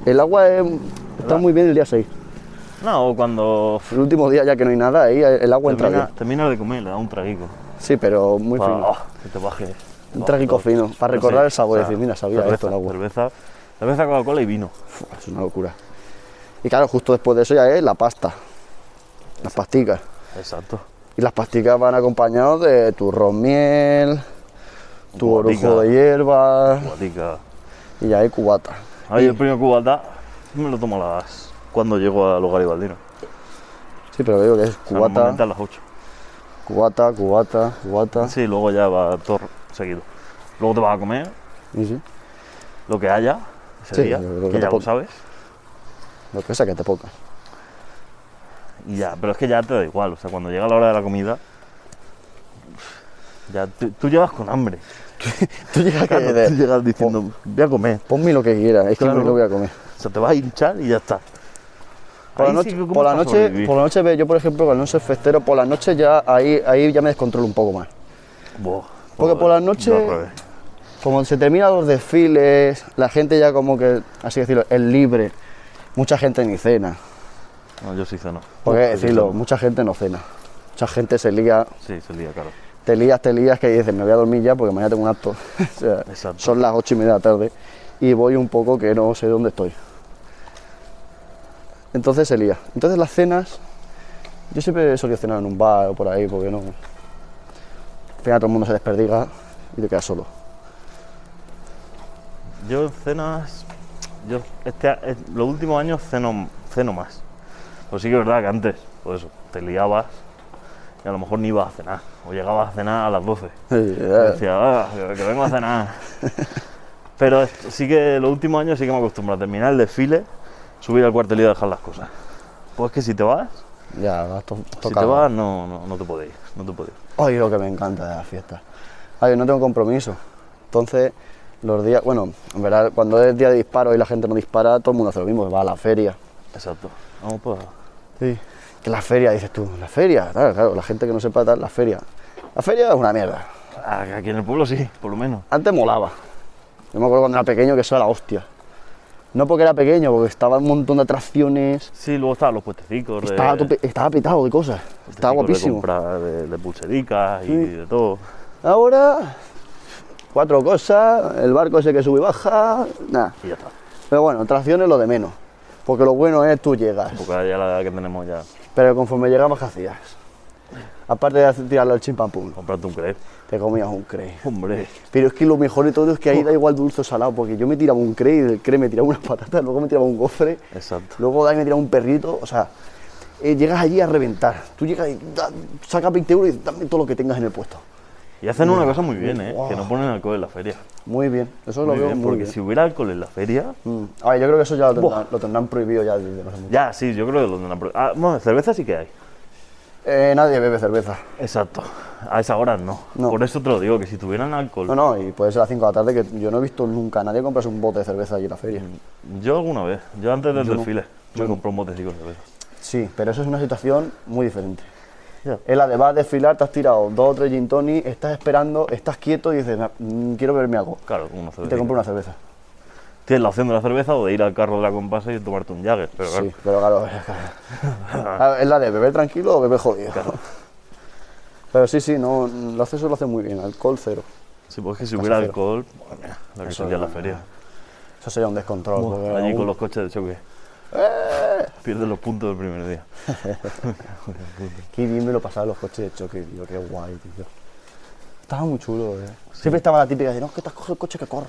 A: El agua es- está
B: ¿Verdad?
A: muy bien el día 6.
B: No, o cuando
A: El último día ya que no hay nada, ahí el agua entra
B: termina,
A: bien.
B: termina de comer, le da un traguico.
A: Sí, pero muy
B: para,
A: fino.
B: ah, que te baje.
A: Un
B: Buah,
A: traguico
B: todo.
A: fino, para
B: No
A: recordar
B: sé,
A: el sabor,
B: o sea,
A: decir, mira, sabía
B: cerveza,
A: esto el agua.
B: Cerveza, cerveza, Coca-Cola y vino.
A: Fua, Es una locura. Y claro, justo después de eso ya es la pasta. Las pasticas.
B: Exacto.
A: Y las pasticas van acompañados de turrón miel, tu
B: Cubatica.
A: orujo de hierba
B: Guatica.
A: y ya hay cubata.
B: A mí el premio Cubaldá me lo tomo a las. cuando llego al hogar Ibaldino.
A: Sí, pero digo que es
B: O sea, normalmente
A: cubata,
B: a las 8.
A: cubata, cubata, cubata.
B: Sí, luego ya va todo seguido. Luego te vas a comer
A: Sí, sí.
B: lo que haya ese
A: Sí,
B: día,
A: yo creo que
B: que ya lo
A: tampoco.
B: sabes.
A: Lo que sea que te pongas.
B: Y ya, pero es que ya te da igual, o sea, cuando llega la hora de la comida, ya tú, tú llevas con hambre.
A: Tú llegas que
B: Claro,
A: de-
B: tú llegas diciendo, voy a comer,
A: ponme lo que quieras, es que
B: Claro.
A: no lo voy a comer.
B: o sea, te vas a hinchar y ya está.
A: Por la,
B: Ahí sí
A: noche,
B: que como
A: por, la
B: para
A: noche,
B: sobrevivir.
A: por la noche, ve, yo por ejemplo, cuando no soy festero, por la noche ya ahí, ahí ya me descontrolo un poco más.
B: Buah,
A: Porque
B: joder,
A: por la noche-
B: yo al revés.
A: Como se terminan los desfiles, la gente ya como que, así decirlo, es libre. Mucha gente ni cena.
B: No, yo sí ceno.
A: Porque
B: Yo sí
A: decirlo,
B: ceno.
A: mucha gente no cena. Mucha gente se lía,
B: Sí, es el día, claro.
A: te lías, te lías, que dices, me voy a dormir ya porque mañana tengo un acto. O sea,
B: Exacto.
A: son las ocho y media de la tarde y voy un poco que no sé dónde estoy. Entonces se lía. Entonces las cenas, yo siempre solía cenar en un bar o por ahí porque no. Al final todo el mundo se desperdiga y te quedas solo.
B: Yo en cenas. Yo este, a- eh, los últimos años ceno, ceno más. Pues sí que es verdad que antes, pues eso, te liabas y a lo mejor ni ibas a cenar. O llegabas a cenar a las 12. Y
A: Eh,
B: decía, "Ah, que, que vengo a cenar. Pero es- sí que los últimos años sí que me acostumbro a terminar el desfile, subir al cuartel y dejar las cosas. Pues que si te vas,
A: Ya, vas to-
B: si te
A: tocado.
B: vas no, no, no te podéis, no te podéis.
A: Ay, lo que me encanta de las fiestas. Ay, yo no tengo compromiso. Entonces, los días, bueno, en verdad, cuando es día de disparo y la gente no dispara, todo el mundo hace lo mismo, va a la feria.
B: Exacto. Vamos pues.
A: Sí. Que la feria, dices tú, la feria, claro, claro, la gente que no sepa tal, la feria. La feria es una mierda.
B: a- Aquí en el pueblo sí, por lo menos.
A: Antes molaba. Yo me acuerdo cuando era pequeño que eso era la hostia. No porque era pequeño, porque estaba un montón de atracciones,
B: Sí, luego estaban los puestecicos. de-
A: estaba, tope- estaba petado de cosas, estaba
B: Testículos
A: guapísimo.
B: Pues Este De, compra, de, de pulsericas
A: Sí.
B: y de todo.
A: Ahora, cuatro cosas, el barco ese que sube y baja, nada.
B: Y ya está.
A: Pero bueno, atracciones lo de menos. Porque lo bueno es tú llegas.
B: Porque ahora ya la edad que tenemos ya.
A: Pero conforme llegabas, ¿qué hacías? Aparte de hacer- tirarlo al chimpampum,
B: Comprarte un crepe.
A: te comías un cray.
B: Hombre.
A: Pero es que lo mejor de todo es que ahí da igual dulce o salado, porque yo me tiraba un cray y del cray me tiraba unas patatas, luego me tiraba un gofre,
B: Exacto.
A: luego de ahí me tiraba un perrito, o sea, eh, llegas allí a reventar. Tú llegas y da- sacas 20 euros y dame todo lo que tengas en el puesto.
B: Y hacen una cosa muy bien, ¿eh?
A: Guau.
B: Que no ponen alcohol en la feria.
A: Muy bien, eso
B: Muy
A: lo veo
B: bien,
A: muy
B: porque
A: bien.
B: si hubiera alcohol en la feria.
A: Mm. A ver, yo creo que eso ya lo tendrán,
B: Buah.
A: lo tendrán prohibido ya desde no hace mucho.
B: Ya, sí, yo creo que lo tendrán. pro- Ah, bueno, cerveza sí que hay.
A: Eh, nadie bebe cerveza.
B: Exacto. A esa hora no.
A: No. Ah,
B: Por eso te lo digo, que si tuvieran alcohol.
A: No, no, y puede ser a las 5 de la tarde que yo no he visto nunca a nadie comprarse un bote de cerveza allí en la feria.
B: Yo alguna vez, yo antes del desfile, me compré un botecito de cerveza.
A: Sí, pero eso es una situación muy diferente.
B: Ya.
A: Es la de vas a desfilar, te has tirado dos o tres gin tonic, estás esperando, estás quieto y dices, "Na- mm, quiero beberme algo.
B: Claro, con una
A: Y
B: cerveza.
A: te compro una cerveza.
B: Tienes la opción de la cerveza o de ir al carro de la compasa y tomarte un Jagger. Pero claro,
A: Sí, pero claro, a ver, es la de beber tranquilo o beber jodido. Pero sí, sí, no, lo hace eso lo hace muy bien, alcohol cero.
B: sí, pues es que si hubiera
A: cero.
B: alcohol, madre mía, la que
A: Eso
B: sería la
A: no.
B: feria.
A: Eso sería un descontrol. porque
B: allí
A: aún-
B: con los coches de choque.
A: Eh.
B: Pierdes los puntos del primer día.
A: Qué bien me lo pasaban los coches de choque, tío, qué guay, tío. Estaba muy chulo, eh. Siempre estaba la típica de, no, es que te has cogido el coche que corre.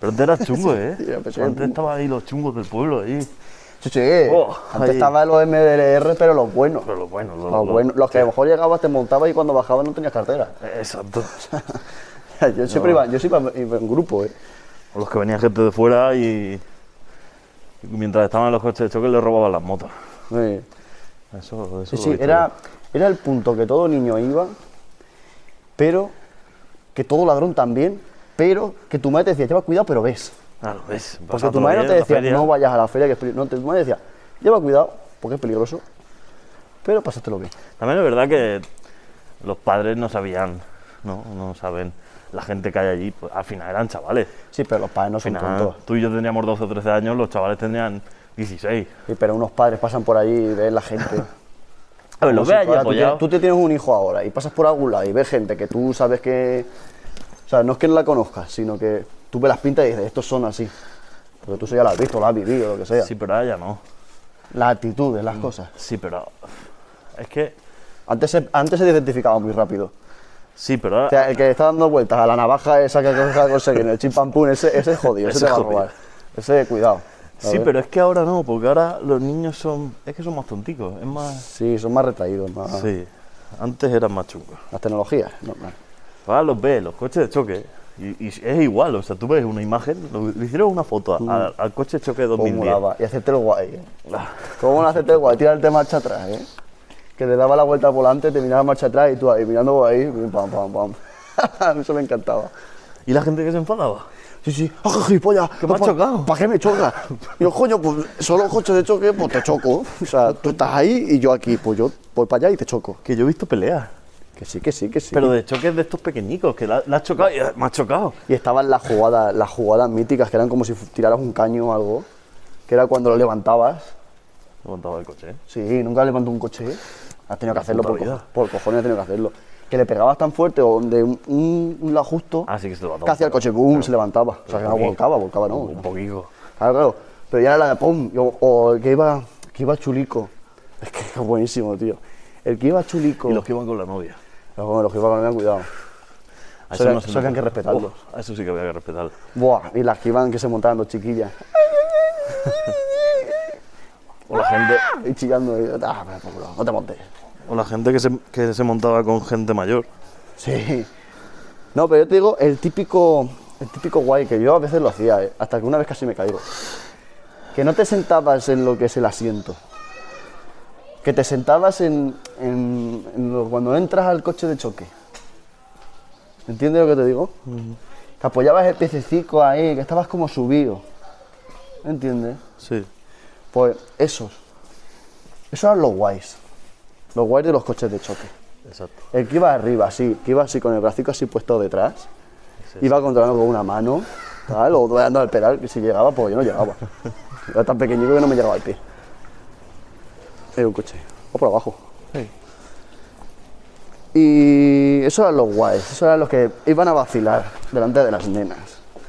B: Pero antes era chungo, ¿eh?
A: tío, pero era
B: antes estaban ahí los chungos del pueblo, ahí.
A: Sí, sí.
B: Oh,
A: Antes
B: ahí.
A: estaban los MDLR, pero los buenos.
B: Pero los buenos, los,
A: Los,
B: los-
A: buenos, los que a lo mejor llegabas, te montabas y cuando bajabas no tenías cartera.
B: Exacto.
A: Yo siempre, iba, yo siempre iba en grupo, ¿eh?
B: O los que venía gente de fuera y. y mientras estaban en los coches de choque le robaban las motos.
A: Sí,
B: Eso, eso
A: sí,
B: lo
A: sí,
B: he visto
A: era,
B: yo.
A: era el punto que todo niño iba, pero que todo ladrón también, pero que tu madre te decía, lleva cuidado, pero ves.
B: Claro, ves.
A: Porque tu
B: pasátelo
A: madre no
B: bien
A: te
B: en la
A: decía,
B: feria.
A: no vayas a la feria, que es peli-". no, te- tu madre decía, lleva cuidado, porque es peligroso, pero pásatelo bien.
B: También es verdad que los padres no sabían, ¿no? No saben la gente que hay allí, pues, al final eran chavales.
A: Sí, pero los padres no
B: Al
A: son
B: final,
A: tontos.
B: Pues tú y yo teníamos 12 o 13 años, los chavales tendrían 16.
A: Sí, pero unos padres pasan por allí y ven la gente.
B: A ver,
A: Como
B: los
A: si
B: ves allí
A: fuera- tú, tienes-
B: apoyados.
A: tú te tienes un hijo ahora y pasas por algún lado y ves gente que tú sabes que. O sea, no es que no la conozcas, sino que tú ves las pintas y dices, estos son así. Porque tú eso ya lo has visto, lo has vivido, lo que sea.
B: Sí, Mm. pero ahora ya no.
A: Las actitudes, las cosas.
B: Sí, pero. Es que.
A: Antes se, antes se identificaba muy rápido.
B: Sí, pero ahora.
A: O sea, el que está dando vueltas a la navaja esa que acabas de conseguir, el chimpampún, ese, ese es jodido, ese,
B: Ese
A: te va a
B: es jodido.
A: robar. Ese, cuidado.
B: sí,
A: ¿sabes?
B: pero es que ahora no, porque ahora los niños son. Es que son más tonticos, es más.
A: Sí, son más retraídos, más.
B: Sí, antes eran más chungos.
A: Las tecnologías, normal.
B: Ahora los ves, los coches de choque. Y, y es igual, o sea, tú ves una imagen, lo- le hicieron una foto a- al- al coche de choque de
A: Cómo
B: 2010.
A: Mm. Pues molaba. Y hacerte el guay, ¿eh? ¿Cómo no hacerte el guay? Tirarte marcha atrás, ¿eh? Que le daba la vuelta al volante, te miraba marcha atrás y tú ahí mirando ahí, pim, pam, pam, pam. A mí eso me encantaba.
B: Y la gente que se enfadaba.
A: Sí, sí, ¡ah, gilipollas!
B: Que me has chocado.
A: ¿Para qué me choca? Yo, coño, pues solo coche de choque, pues te choco. O sea, tú estás ahí y yo aquí, pues yo voy para allá y te choco.
B: Que yo he visto peleas,
A: Que sí, que sí, que sí.
B: pero de choques de estos pequeñicos, que la, la has chocado y ah, me has chocado.
A: Y estaban las jugadas, las jugadas míticas, que eran como si fu- tiraras un caño o algo. Que era cuando lo levantabas.
B: Me montaba el coche, ¿eh?
A: Sí, nunca levantó un coche. Has tenido que hacerlo por, co-
B: puta vida.
A: por cojones, has tenido que hacerlo. Que le pegabas tan fuerte o de un, un, un lado justo.
B: Ah, sí que se levantaba.
A: Que hacía el coche, boom, se levantaba. O sea, que no
B: poquito.
A: volcaba, volcaba no.
B: Un poquito.
A: Claro, claro. Pero ya era la de pum, y o, o el que iba, que iba chulico. Es que es buenísimo, tío. El que iba chulico.
B: Y los que iban con la novia.
A: Los, los que iban con el cuidado.
B: A
A: Eso hay-
B: se
A: eso hay
B: nota.
A: que respetarlo.
B: Uf, a eso sí que había que respetarlo.
A: Buah, y las que iban que se montaban dos chiquillas.
B: O la gente,
A: Y chillando. y, ah, pero por culo, no te montes.
B: o la gente que, se, que se montaba con gente mayor.
A: Sí. No, pero yo te digo, el típico, el típico guay, que yo a veces lo hacía, eh, hasta que una vez casi me caigo. Que no te sentabas en lo que es el asiento. Que te sentabas en, en- en lo- cuando entras al coche de choque. ¿Entiendes lo que te digo? Que apoyabas el piececico ahí, que estabas como subido. ¿Entiendes?
B: Sí.
A: Pues esos. Esos eran los guays. Los guays de los coches de choque.
B: Exacto.
A: El que iba arriba, así, que iba así con el bracico así puesto detrás, iba controlando con una mano, tal, o dando al pedal, que si llegaba, pues yo no llegaba. Era tan pequeñito que no me llegaba al pie. Era un coche, o por abajo. Y esos eran los guays, esos eran los que iban a vacilar delante de las nenas.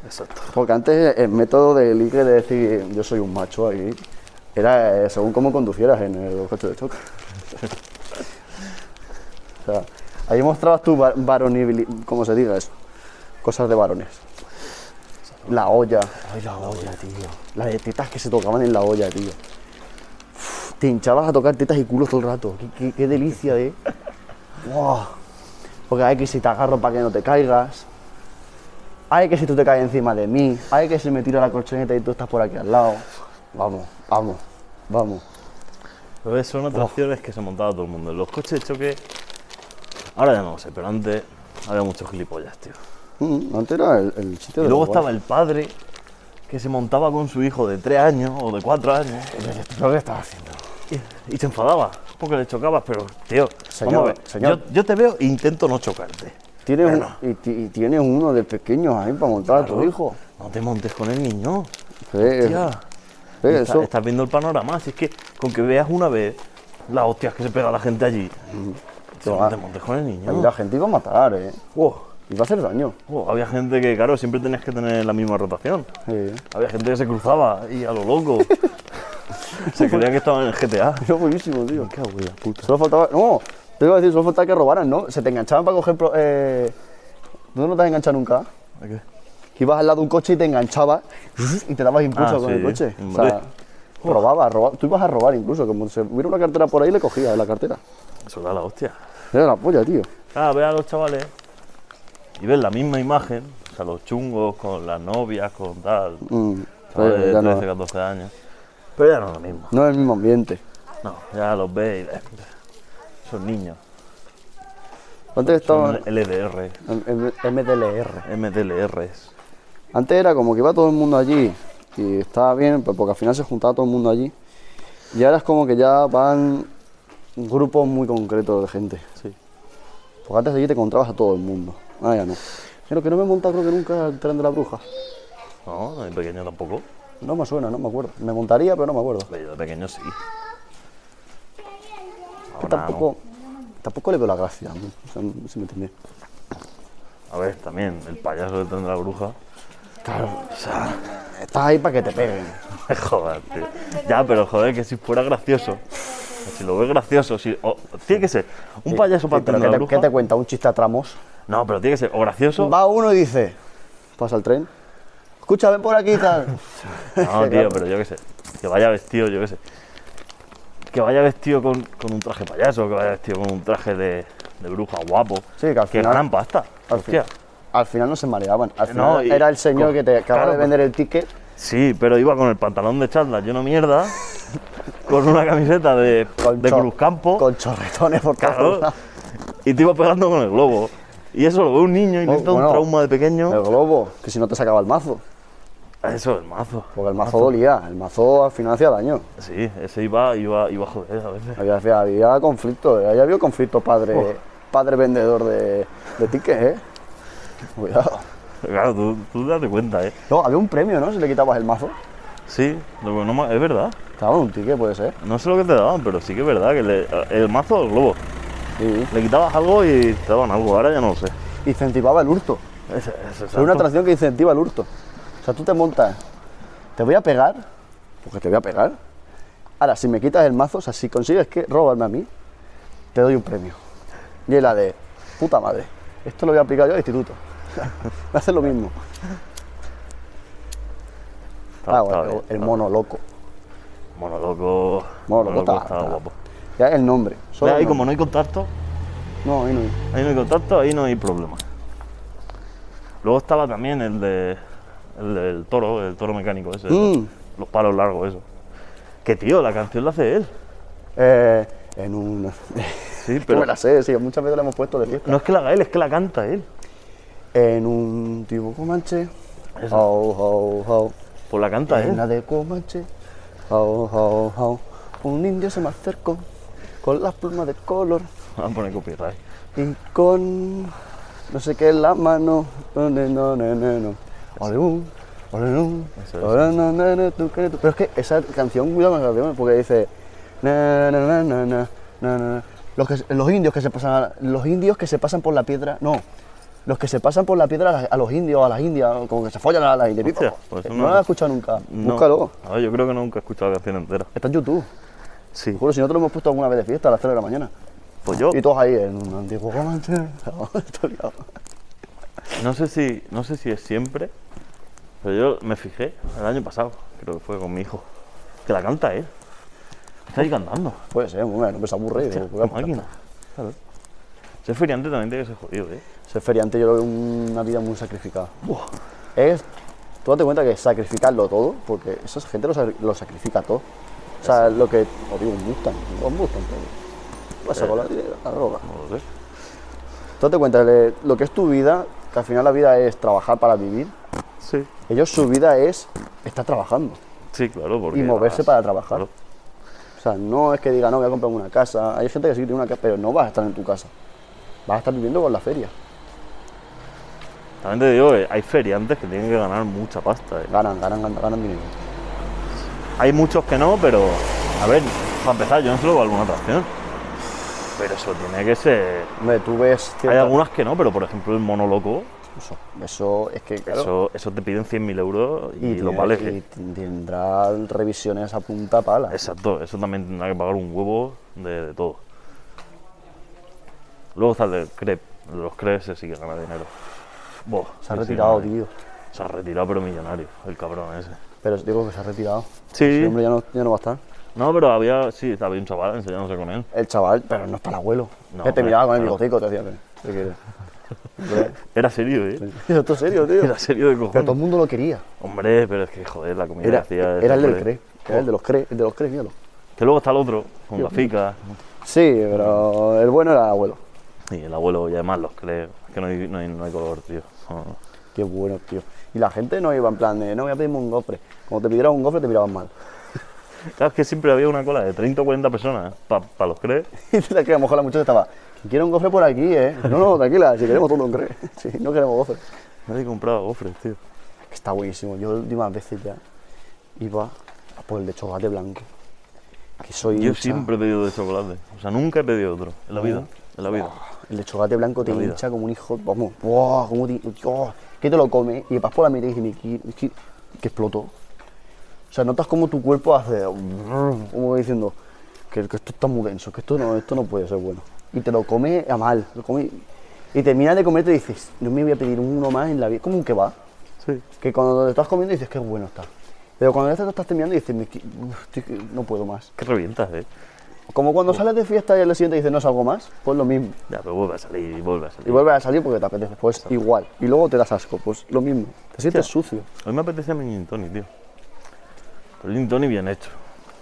B: Exacto.
A: Porque antes el método de ligue de decir yo soy un macho aquí era eh, según cómo conducieras en el coche de choque. o sea, ahí mostrabas tu va- varonibili- ¿cómo se diga eso? Cosas de varones. La olla. Ay, la olla, tío. Las de tetas que se tocaban en la olla, tío. Uf, te hinchabas a tocar tetas y culos todo el rato. Qué, qué- qué delicia, eh. Wow. Porque hay que si te agarro para que no te caigas. Ay, que si tú te caes encima de mí. Ay, que si me tiro la colchoneta y tú estás por aquí al lado. Vamos, vamos, vamos.
B: Pero ves, son atracciones que se montaba todo el mundo. Los coches de choque. Ahora ya no lo sé, pero antes había muchos gilipollas, tío.
A: Mm, antes era el, el sitio
B: Y
A: de
B: luego
A: los
B: estaba
A: guays.
B: el padre que se montaba con su hijo de 3 años o de 4 años
A: Lo que estaba haciendo.
B: y, y se enfadaba porque le chocabas, pero tío,
A: Señor,
B: vamos a ver,
A: señor.
B: Yo, yo te veo e intento no chocarte.
A: Tienes un- y, ti- y tienes uno de pequeños ahí para montar a tu hijo.
B: No te montes con el niño.
A: Sí, es-
B: Tía,
A: sí,
B: está-
A: eso.
B: estás viendo el panorama. Si es que con que veas una vez las hostias que se pega la gente allí, tío, no
A: va.
B: te montes con el niño.
A: Ahí la gente iba a matar, ¿eh?
B: Wow.
A: Iba a hacer daño.
B: Oh, había gente que, claro, siempre tenías que tener la misma rotación.
A: Sí.
B: Había gente que se cruzaba y a lo loco. se creía que estaban en el GTA.
A: Era buenísimo, tío.
B: Qué abuela, puta.
A: Solo faltaba. No, te iba a decir, solo faltaba que robaran, ¿no? Se te enganchaban para coger. pro- eh, ¿Tú no te has enganchado nunca? que ibas al lado de un coche y te enganchabas y te dabas impulso
B: Ah,
A: con
B: sí,
A: el coche. O
B: hombre.
A: sea, robabas, robabas. Tú ibas a robar incluso. Como se hubiera una cartera por ahí, le cogías la cartera.
B: Eso da la hostia.
A: Era la polla, tío.
B: Ah, ve a los chavales y ves la misma imagen. O sea, los chungos con las novias, con tal.
A: Mm,
B: Chavales
A: eh,
B: de
A: ya
B: 13,
A: no,
B: 14 años. Pero ya no es lo mismo.
A: no es el mismo ambiente.
B: No, ya los ves y ves. Son niños.
A: Antes estaba
B: Son LDR,
A: en- en- en MDLR.
B: MDLRs.
A: Antes era como que iba todo el mundo allí y estaba bien, pues, porque al final se juntaba todo el mundo allí. Y ahora es como que ya van grupos muy concretos de gente.
B: Sí.
A: Porque antes allí te encontrabas a todo el mundo. Ahora Ah, ya no. Sino que no me he montado creo que nunca el tren de la bruja.
B: No, de pequeño tampoco.
A: No me suena, no me acuerdo. Me montaría, pero no me acuerdo.
B: Pero yo de pequeño sí.
A: Que
B: Ahora no.
A: tampoco, tampoco le veo la gracia. ¿no? O sea, no sé si me entendí.
B: A ver, también, el payaso del tren de la bruja.
A: Claro, estás ahí para que te peguen.
B: joder, tío. Ya, pero joder, que si fuera gracioso. Si lo ves gracioso, si, o- tiene que ser un payaso para el
A: Sí, pero
B: tren
A: ¿qué
B: de la
A: te- ¿Qué
B: bruja.
A: te cuenta? ¿Un chiste a tramos?
B: No, pero tiene que ser o gracioso.
A: Va uno y dice, pasa el tren. Escucha, ven por aquí y tal.
B: No, tío, pero yo qué sé. Que vaya vestido, yo qué sé. Que vaya vestido con, con un traje payaso, que vaya vestido con un traje de, de bruja guapo.
A: Sí, que al final-
B: ganan pasta.
A: al
B: Hostia.
A: fin- Al final no se mareaban. Al final
B: No, y-
A: era el señor
B: co-
A: que te acaba
B: claro,
A: de
B: pero-
A: vender el ticket.
B: Sí, pero iba con el pantalón de charla lleno de mierda, con una camiseta de,
A: Con
B: de
A: cho-
B: Cruz Campo.
A: Con chorretones por cada
B: Claro.
A: lado.
B: Y te iba pegando con el globo. Y eso lo ve un niño y le
A: Oh,
B: entra
A: bueno. Eh.
B: un trauma de pequeño.
A: El globo, que si no te sacaba el mazo.
B: Eso, el mazo.
A: Porque el mazo dolía. El mazo al final hacía daño.
B: Sí, ese iba, iba, iba a joder a veces.
A: Había, había- había conflicto. eh, Ahí había conflicto padre, padre vendedor de, de tickets, ¿eh? Cuidado.
B: Claro, tú, tú date cuenta, ¿eh?
A: No, había un premio, ¿no? Si le quitabas el mazo.
B: Sí, lo que no ma- es verdad.
A: Estaba un ticket, puede ser.
B: No sé lo que te daban, pero sí que es verdad que le- eh, el mazo o el globo.
A: Sí.
B: Le quitabas algo y te daban algo, ahora ya no lo sé.
A: Incentivaba el hurto.
B: Es, es
A: Es una
B: exacto.
A: atracción que incentiva el hurto. O sea, tú te montas, te voy a pegar, porque te voy a pegar. Ahora, si me quitas el mazo, o sea, si consigues que robarme a mí, te doy un premio. Y es la de, puta madre, esto lo voy a aplicar yo al instituto. me hace lo mismo.
B: Está-
A: Ah,
B: está
A: bueno,
B: bien,
A: el
B: está
A: mono loco.
B: bien. Mono loco.
A: Mono loco está-
B: estaba
A: está-
B: guapo.
A: Ya es el nombre. solo
B: Ve, ahí
A: el
B: como
A: nombre.
B: no hay contacto,
A: No, ahí no hay.
B: ahí no hay contacto, ahí no hay problema. Luego estaba también el de el del toro, el toro mecánico ese,
A: Mm.
B: los, los palos largos, eso. Que tío, la canción la hace él.
A: Eh, en un...
B: Sí,
A: Pero
B: pero
A: me la sé, sí, muchas veces la hemos puesto de fiesta.
B: no es que la haga él, es que la canta él.
A: En un tipo comanche.
B: Esa.
A: Ho, ho, ho.
B: Pues la canta él.
A: Una de Comanche. Au, au, au. Un indio se me acercó con las plumas de color
B: Vamos a poner copyright.
A: y con no sé qué en la mano. No, no, no, no, no, no. Ole, uh, ole, uh,
B: Eso es.
A: ole, no, no, no, tú, que tú. Pero es que esa canción, cuidado con esa canción, porque dice. Na, na, na, na, na, na, na. Los, que- los indios que se pasan a- los indios que se pasan por la piedra no los que se pasan por la piedra a, las- a los indios a las indias como que se follan a las indias
B: Hostia, pues
A: no,
B: no-
A: la he escuchado nunca
B: No.
A: búscalo
B: A ver, yo creo que nunca he escuchado la canción entera.
A: Está en YouTube.
B: Sí.
A: Te juro, si no te lo hemos puesto alguna vez de fiesta a las 3 de la mañana.
B: Pues yo
A: Y todos ahí en un antiguo comandante. Estoy liado.
B: no sé si no sé si es siempre, pero yo me fijé el año pasado, creo que fue con mi hijo, que la canta él. Está ahí cantando.
A: Puede ser, hombre, no me se aburre.
B: Hostia,
A: digo,
B: la
A: voy a-
B: máquina. Claro. Ser feriante también tiene que ser jodido, ¿eh?
A: Ser feriante yo lo veo una vida muy sacrificada.
B: Buah.
A: Es, tú date cuenta que sacrificarlo todo, porque esa gente lo, sa- lo sacrifica todo. O sea, lo que, os digo, un Mustang, un Mustang todo. Vas
B: Eh.
A: a colar la droga.
B: No lo sé.
A: Tú date cuenta, le- lo que es tu vida, que al final la vida es trabajar para vivir,
B: Sí.
A: ellos su vida es estar trabajando.
B: Sí, claro, porque.
A: Y moverse
B: además-
A: para trabajar.
B: claro.
A: O sea, no es que diga, no, voy a comprar una casa. Hay gente que sí tiene una casa, pero no vas a estar en tu casa. Vas a estar viviendo con la feria.
B: También te digo que hay feriantes que tienen que ganar mucha pasta. ¿eh?
A: Ganan, ganan, ganan, ganan dinero.
B: Hay muchos que no, pero. A ver, para empezar, yo no solo alguna atracción. Pero eso tiene que ser.
A: Hombre, tú ves... cierta-
B: Hay algunas que no, pero por ejemplo el mono loco,
A: Eso, eso es que, claro,
B: eso, eso te piden 100.000 euros y,
A: tiene-
B: lo ¿eh? vale.
A: y t- tendrán revisiones a punta pala.
B: Exacto, eso también tendrá que pagar un huevo de, de todo. Luego está el de crepe, los crepes ese sí que gana dinero. Buah,
A: Se ha
B: ese
A: retirado,
B: gana-
A: tío.
B: Se ha retirado pero millonario, el cabrón ese.
A: Pero os digo que se ha retirado.
B: Sí.
A: Ese hombre ya no, ya no va a estar.
B: No, pero había, sí, había un chaval enseñándose con él.
A: El chaval, pero no es para el abuelo.
B: No,
A: que te
B: hombre,
A: miraba con el
B: claro.
A: bigotico, te decía, "Ven, ¿qué quieres?
B: Era serio, ¿eh?
A: Esto es serio, tío.
B: Era serio de
A: Pero todo el
B: cojones.
A: mundo lo quería.
B: Hombre, pero es que joder, la comida que
A: Era,
B: hacía... ese
A: era el del
B: hombre.
A: CRE. Era el de los CRE, el de los CRE, míralo.
B: Que luego está el otro, con gaficas.
A: Sí, pero el bueno era el abuelo.
B: Y el abuelo y además los crepes. Es que no hay, no hay, no hay color, tío. No, no.
A: Qué bueno, tío. Y la gente no iba en plan de, no voy a pedirme un gofre. Como te pidieras un gofre, te miraban mal.
B: Claro, es que siempre había una cola de 30 o 40 personas para los crees.
A: Y te la que a lo mejor la muchacha estaba, Quiero un gofre por aquí, ¿eh? No, no, tranquila, si queremos todo un gofre. Sí, no queremos gofre.
B: Nadie compraba gofres, tío.
A: Que está buenísimo. Yo últimas veces ya iba a por el de chocolate blanco. Que soy
B: Yo
A: hincha.
B: siempre he pedido de chocolate. O sea, nunca he pedido otro. En la
A: Uh.
B: vida. En la vida.
A: El de chocolate blanco te
B: La vida.
A: hincha como un hijo. Vamos, ¡buah! Como te, ¡oh! que te lo comes y vas por la mitad y dices, "Miki, Miki", que explotó. O sea, notas como tu cuerpo hace. Como diciendo, que, que esto está muy denso, que esto no, esto no puede ser bueno. Y te lo comes a mal. Lo comes, y terminas de comer y te dices, no me voy a pedir uno más en la vida. Como un va
B: Sí.
A: que cuando lo estás comiendo dices, qué bueno está. Pero cuando ya te lo estás terminando dices, "Miki, uf, estoy que no puedo más.
B: Que revientas, eh.
A: Como cuando sales de fiesta y al día siguiente dices, no salgo más, pues lo mismo.
B: Ya, pero vuelve a salir y vuelve a salir.
A: Y vuelves a salir porque te apetece, pues igual. Y luego te das asco, pues lo mismo. Te sientes sucio.
B: A mí me apetece mi gin tonic, tío. Pero gin tonic bien hecho.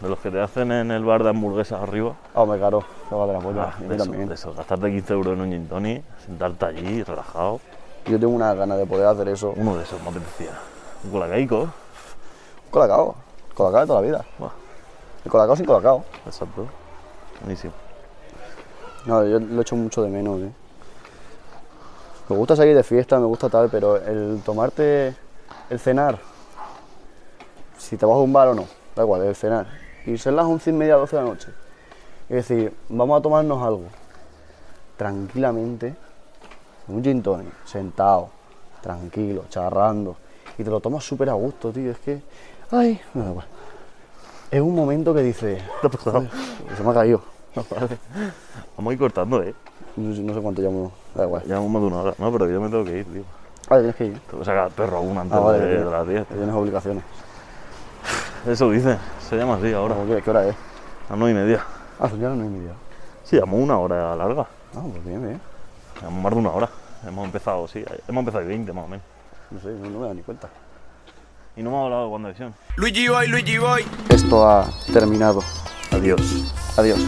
B: De los que te hacen en el bar de hamburguesas arriba.
A: Ah, me caro, te vale la polla.
B: Ah,
A: y a mí
B: de eso,
A: también.
B: de eso. Gastarte 15 euros en un gin tonic, sentarte allí, relajado.
A: Yo tengo una ganas de poder hacer eso.
B: Uno de esos me apetecía. Un colacaico.
A: Colacao. Colacao de toda la vida.
B: Buah,
A: El colacao sin colacao.
B: exacto. Buenísimo.
A: No, yo lo echo mucho de menos, eh. Me gusta salir de fiesta, me gusta tal, pero el tomarte, el cenar, si te vas a un bar o no, da igual, el cenar. Y ser las once y media, 12 de la noche. Y decir, vamos a tomarnos algo. Tranquilamente, un gin tonic, sentado, tranquilo, charrando. Y te lo tomas súper a gusto, tío. Es que, ay, no da igual. Es un momento que dices,
B: ¿Qué ha pasado?
A: se me ha caído.
B: Vamos a ir cortando, eh.
A: No sé, no sé cuánto llamo, da igual.
B: Llevamos más de una hora. No, pero yo me tengo que ir, tío.
A: Ah, tienes que ir.
B: Tengo que sacar al perro aún antes
A: Ah, vale,
B: de,
A: tío.
B: de las 10.
A: Que Tienes obligaciones.
B: Eso dice. Se llama así ahora.
A: Pero, ¿Qué, qué hora es?
B: A 9 y media.
A: Ah, son ya las nueve y media.
B: Sí, llevamos una hora larga.
A: Ah, pues bien, bien.
B: Llevamos más de una hora. Hemos empezado, sí. Hemos empezado y 20 más o menos.
A: No sé, no, no me da ni cuenta.
B: Y no hemos hablado de WandaVision.
F: Luigi Boy, Luigi Boy.
A: Esto ha terminado.
B: Adiós.
A: Adiós.